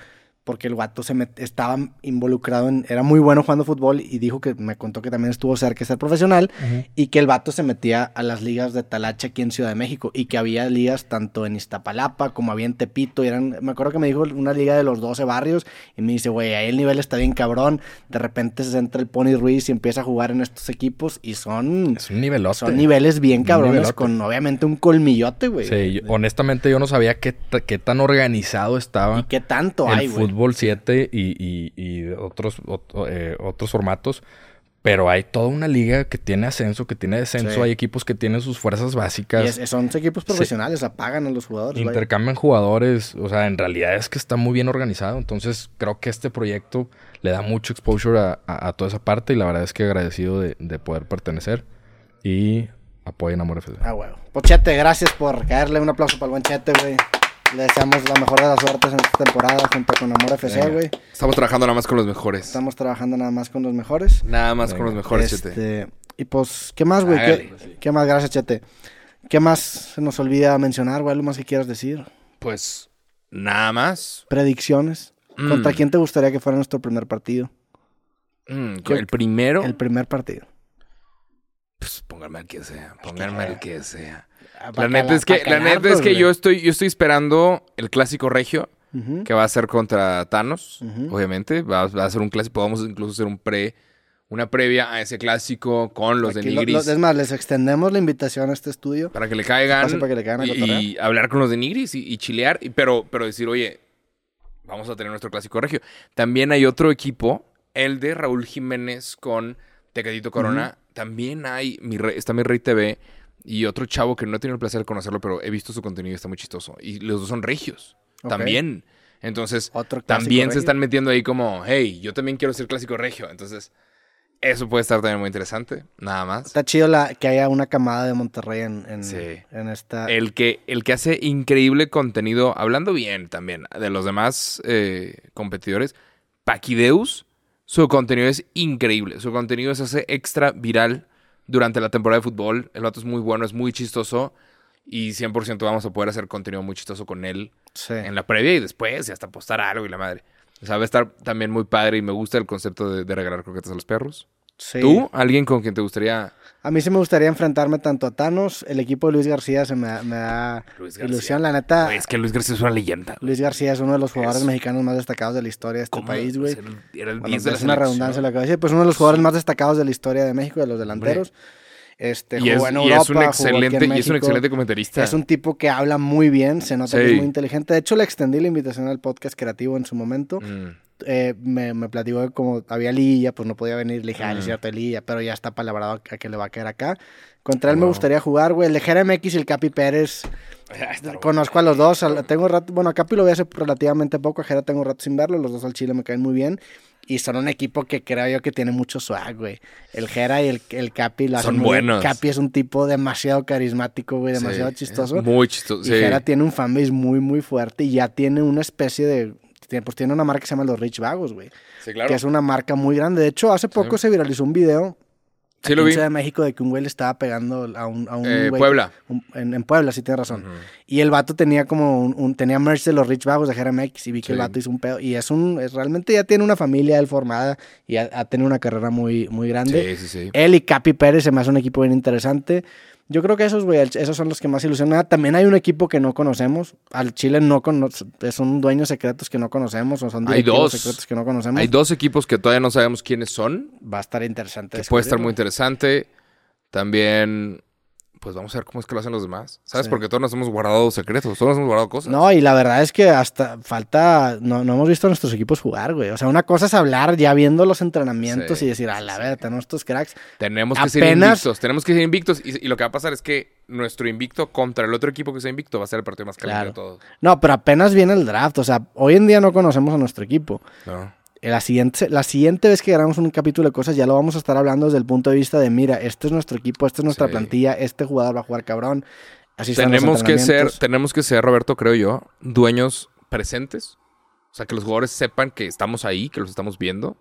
porque el guato se met- estaba involucrado en, era muy bueno jugando fútbol y dijo que me contó que también estuvo cerca de ser profesional y que el vato se metía a las ligas de talacha aquí en Ciudad de México y que había ligas tanto en Iztapalapa como había en Tepito y eran, me acuerdo que me dijo una liga de los 12 barrios y me dice, güey, ahí el nivel está bien cabrón, de repente se entra el Pony Ruiz y empieza a jugar en estos equipos y son, Es un nivelote. son niveles bien Un cabrones nivelote. con obviamente un colmillote, güey. Sí, yo- honestamente yo no sabía qué, ta- qué tan organizado estaba. ¿Y qué tanto el hay, güey? fútbol 7 y, y- y otros, ot- eh, otros formatos. Pero hay toda una liga que tiene ascenso, que tiene descenso. Sí. Hay equipos que tienen sus fuerzas Y básicas. es- son equipos profesionales, apagan a los jugadores. güey. Intercambian jugadores. O sea, en realidad es que está muy bien organizado. Entonces, creo que este proyecto le da mucho exposure a, a- a toda esa parte. Y la verdad es que agradecido de, de poder pertenecer. Y Apoyen Amor FC. Ah, huevo. Pochete, gracias por caerle. Un aplauso para el buen Chete, güey. Le deseamos la mejor de las suertes en esta temporada junto con Amor FC, Venga. güey. Estamos trabajando nada más con los mejores. Estamos trabajando nada más con los mejores. Nada más con los mejores, Este, Chete. Y pues, ¿qué más, güey? Hágale. ¿Qué, qué más? Gracias, Chete. ¿Qué más se nos olvida mencionar, güey? ¿Algo más que quieras decir? Pues nada más. Predicciones. ¿Contra Mm. quién te gustaría que fuera nuestro primer partido? Mm, Yo- el primero. El primer partido. Pues pónganme al que sea. Pónganme sea. al que sea. La Para neta es que, para la neta ganarlos, es que güey. yo estoy, yo estoy esperando el clásico regio. Ujú. que va a ser contra Thanos, Ujú. obviamente. Va, va a ser un clásico, podemos incluso hacer un pre, una previa a ese clásico con los Aquí de lo- Nigris lo- es más, les extendemos la invitación a este estudio. para que le caigan Pasen para que le caigan a y, cotorrear. y hablar con los de Nigris y, y chilear, y- pero, pero decir, oye, vamos a tener nuestro clásico regio. También hay otro equipo, el de Raúl Jiménez con Tecatito Corona. También hay, mi rey- está mi Rey TV y otro chavo que no he tenido el placer de conocerlo, pero he visto su contenido y está muy chistoso. Y los dos son regios, Ok. también. Entonces, Otro clásico también se regio. están metiendo ahí como, hey, yo también quiero ser clásico regio. Entonces, eso puede estar también muy interesante, nada más. Está chido la, que haya una camada de Monterrey en, en, Sí. en esta. El que, el que hace increíble contenido, hablando bien también de los demás eh, competidores, Paquideus, su contenido es increíble. Su contenido se hace extra viral durante la temporada de fútbol. El vato es muy bueno, es muy chistoso. Y 100% vamos a poder hacer contenido muy chistoso con él sí. en la previa y después, y hasta postar algo y la madre. O sea, va a estar también muy padre y me gusta el concepto de, de regalar croquetas a los perros. Sí. ¿Tú? ¿Alguien con quien te gustaría...? A mí sí me gustaría enfrentarme tanto a Thanos. El equipo de Luis García se me, me da Luis García. ilusión. La neta, Güey, es que Luis García es una leyenda. güey. Ah. Luis García es uno de los jugadores Es- mexicanos más destacados de la historia de este ¿Cómo? país, güey. Era el- Era el Bueno, 10 de la es una selección. redundancia lo que voy a decir. Pues uno de los jugadores más destacados de la historia de México, de los delanteros. Este, Y es, jugó en y Europa, es un excelente, y es un excelente comentarista. Es un tipo que habla muy bien, se nota que Sí. es muy inteligente. De hecho, le extendí la invitación al podcast creativo en su Mm. momento. Eh, me, me platicó que como había liguilla, pues no podía venir. Le dije, ah, es Mm. cierto, hay liguilla, pero ya está palabrado a que le va a caer acá. Contra él me Wow. gustaría jugar, güey. El de Jera MX y el Capi Pérez. Conozco a los dos. al- Tengo rato, bueno, a Capi lo vi hace relativamente poco. A Jera tengo rato sin verlo. Los dos al Chile me caen muy bien. Y son un equipo que creo yo que tiene mucho swag, güey. El Jera y el, el Capi lo hacen Son muy bien. buenos. Capi es un tipo demasiado carismático, güey, Sí, demasiado chistoso. es Muy chistoso. Y sí. Jera tiene un fanbase muy, muy fuerte y ya tiene una especie de. tiene- Pues tiene una marca que se llama Los Rich Vagos, güey. Sí, claro. Que es una marca muy grande. De hecho, hace poco se viralizó un video Sí, aquí lo en vi. Ciudad de México de que un güey le estaba pegando a un. A un Eh, güey que- Puebla. un- en, en Puebla, sí, tienes razón. Ujú. Y el vato tenía como un, un- tenía merch de los Rich Vagos de Jera MX y vi que Sí. el vato hizo un pedo. Y es un. es- realmente ya tiene una familia él formada y ha, ha tenido una carrera muy, muy grande. Eh, Sí, sí, sí. Él y Capi Pérez se me hace un equipo bien interesante. Yo creo que esos, güey, el- esos son los que más ilusionan. Ah, También hay un equipo que no conocemos. Al Chile no cono- son dueños secretos que no conocemos o son Hay directivos dos. secretos que no conocemos. Hay dos equipos que todavía no sabemos quiénes son, Va a estar interesante. que puede estar descubrirlo. muy interesante. También, pues vamos a ver cómo es que lo hacen los demás. ¿Sabes? Sí. Porque todos nos hemos guardado secretos, todos nos hemos guardado cosas. No, y la verdad es que hasta falta, no, no hemos visto a nuestros equipos jugar, güey. O sea, una cosa es hablar ya viendo los entrenamientos Sí, y decir, a la verga, tenemos estos cracks. Tenemos que ser Apenas- invictos, tenemos que ser invictos. Y, y lo que va a pasar es que nuestro invicto contra el otro equipo que sea invicto va a ser el partido más caliente Claro. de todos. No, pero apenas viene el draft. O sea, hoy en día no conocemos a nuestro equipo. ¿no? Eh, La siguiente, la siguiente vez que grabamos un capítulo de cosas ya lo vamos a estar hablando desde el punto de vista de, mira, este es nuestro equipo, esta es nuestra Sí. plantilla, este jugador va a jugar cabrón. Así están los tenemos que ser, entrenamientos. tenemos que ser, Roberto, creo yo, dueños presentes. O sea, que los jugadores sepan que estamos ahí, que los estamos viendo.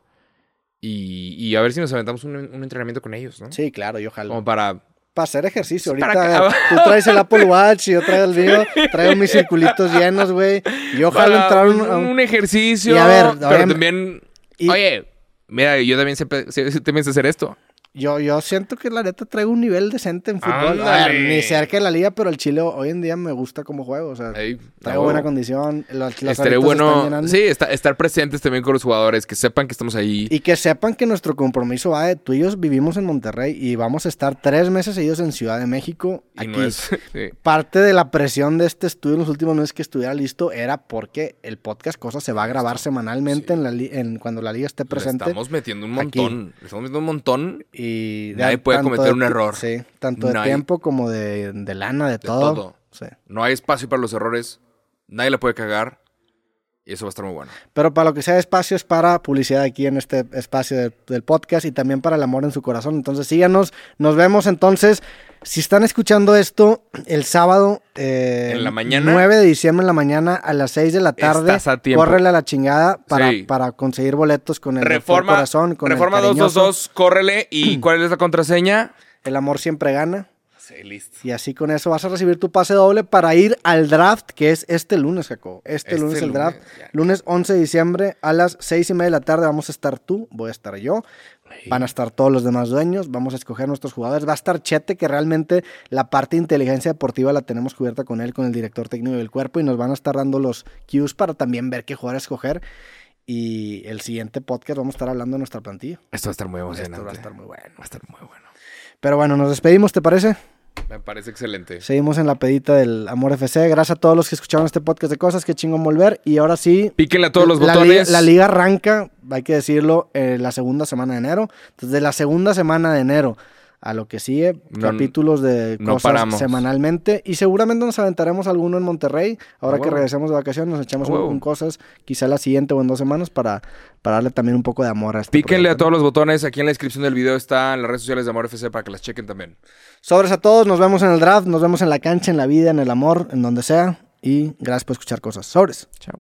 Y, y a ver si nos aventamos un, un entrenamiento con ellos, ¿no? Sí, claro, yo jalo. Como para. Para hacer ejercicio. Oh. Para Ahorita que- a ver, tú traes el Apple Watch y yo traigo el mío. Traigo mis circulitos llenos, güey. Yo jalo para entrar a un- un, a un- un ejercicio. Y a ver, pero obviamente- también. y- Oye, mira, yo también sé, pe- sé- sé- también sé hacer esto. Yo, yo siento que la neta traigo un nivel decente en fútbol. A ver, Ándale. ni cerca de la liga, pero el Chile hoy en día me gusta cómo juego. O sea, Ey, traigo no. buena condición. Los, los Estaría ahorita se están bueno. llenando. Sí, esta- estar presentes también con los jugadores, que sepan que estamos ahí. Y que sepan que nuestro compromiso va de tú y yo vivimos en Monterrey y vamos a estar tres meses seguidos en Ciudad de México. Y Aquí. no es- sí. Parte de la presión de este estudio en los últimos meses que estuviera listo era porque el podcast Cosa se va a grabar semanalmente en la li- en cuando la liga esté Le presente. estamos metiendo un Aquí. montón. Le estamos metiendo un montón. Y Nadie puede tanto cometer de un ti- error. Sí, tanto de Nadie. tiempo como de, de lana, de, todo. todo. Sí. No hay espacio para los errores. Nadie la puede cagar. Y eso va a estar muy bueno. Pero para lo que sea de espacio es para publicidad aquí en este espacio de- del podcast y también para el amor en su corazón. Entonces síganos, nos vemos entonces. Si están escuchando esto el sábado, eh, En la mañana. 9 de diciembre en la mañana a las 6 de la tarde, Estás a tiempo. córrele a la chingada para, Sí. para conseguir boletos con el doctor Reforma, corazón, con el reforma cariñoso. Mm. 222, córrele. ¿Y cuál es la contraseña? El amor siempre gana. Sí, listo. Y así con eso vas a recibir tu pase doble para ir al draft, que es este lunes, Jacob. Este, Este lunes el lunes, draft. ya. Lunes 11 de diciembre a las 6 y media de la tarde vamos a estar tú, voy a estar yo. Van a estar todos los demás dueños, vamos a escoger nuestros jugadores. Va a estar Chete, que realmente la parte de inteligencia deportiva la tenemos cubierta con él, con el director técnico del cuerpo, y nos van a estar dando los cues para también ver qué jugador escoger. Y el siguiente podcast vamos a estar hablando de nuestra plantilla. Esto va a estar muy emocionante. Esto va a estar muy bueno. Va a estar muy bueno. Pero bueno, nos despedimos, ¿te parece? Me parece excelente. Seguimos en la pedita del Amor FC. Gracias a todos los que escucharon este podcast de cosas. Qué chingón volver. Y ahora sí. Píquenle a todos los la botones. liga- la liga arranca, hay que decirlo, eh, la segunda semana de enero. Entonces, de la segunda semana de enero a lo que sigue, No- capítulos de no cosas paramos. semanalmente. Y seguramente nos aventaremos alguno en Monterrey. Ahora A que huevo. regresemos de vacaciones, nos echamos A un, huevo. un cosas, quizá la siguiente o en dos semanas, para, para darle también un poco de amor a este Píquenle a proyecto, ¿no? todos los botones. Aquí en la descripción del video están las redes sociales de Amor FC para que las chequen también. Sobres a todos, nos vemos en el draft, nos vemos en la cancha, en la vida, en el amor, en donde sea. Y gracias por escuchar cosas. Sobres. Chao.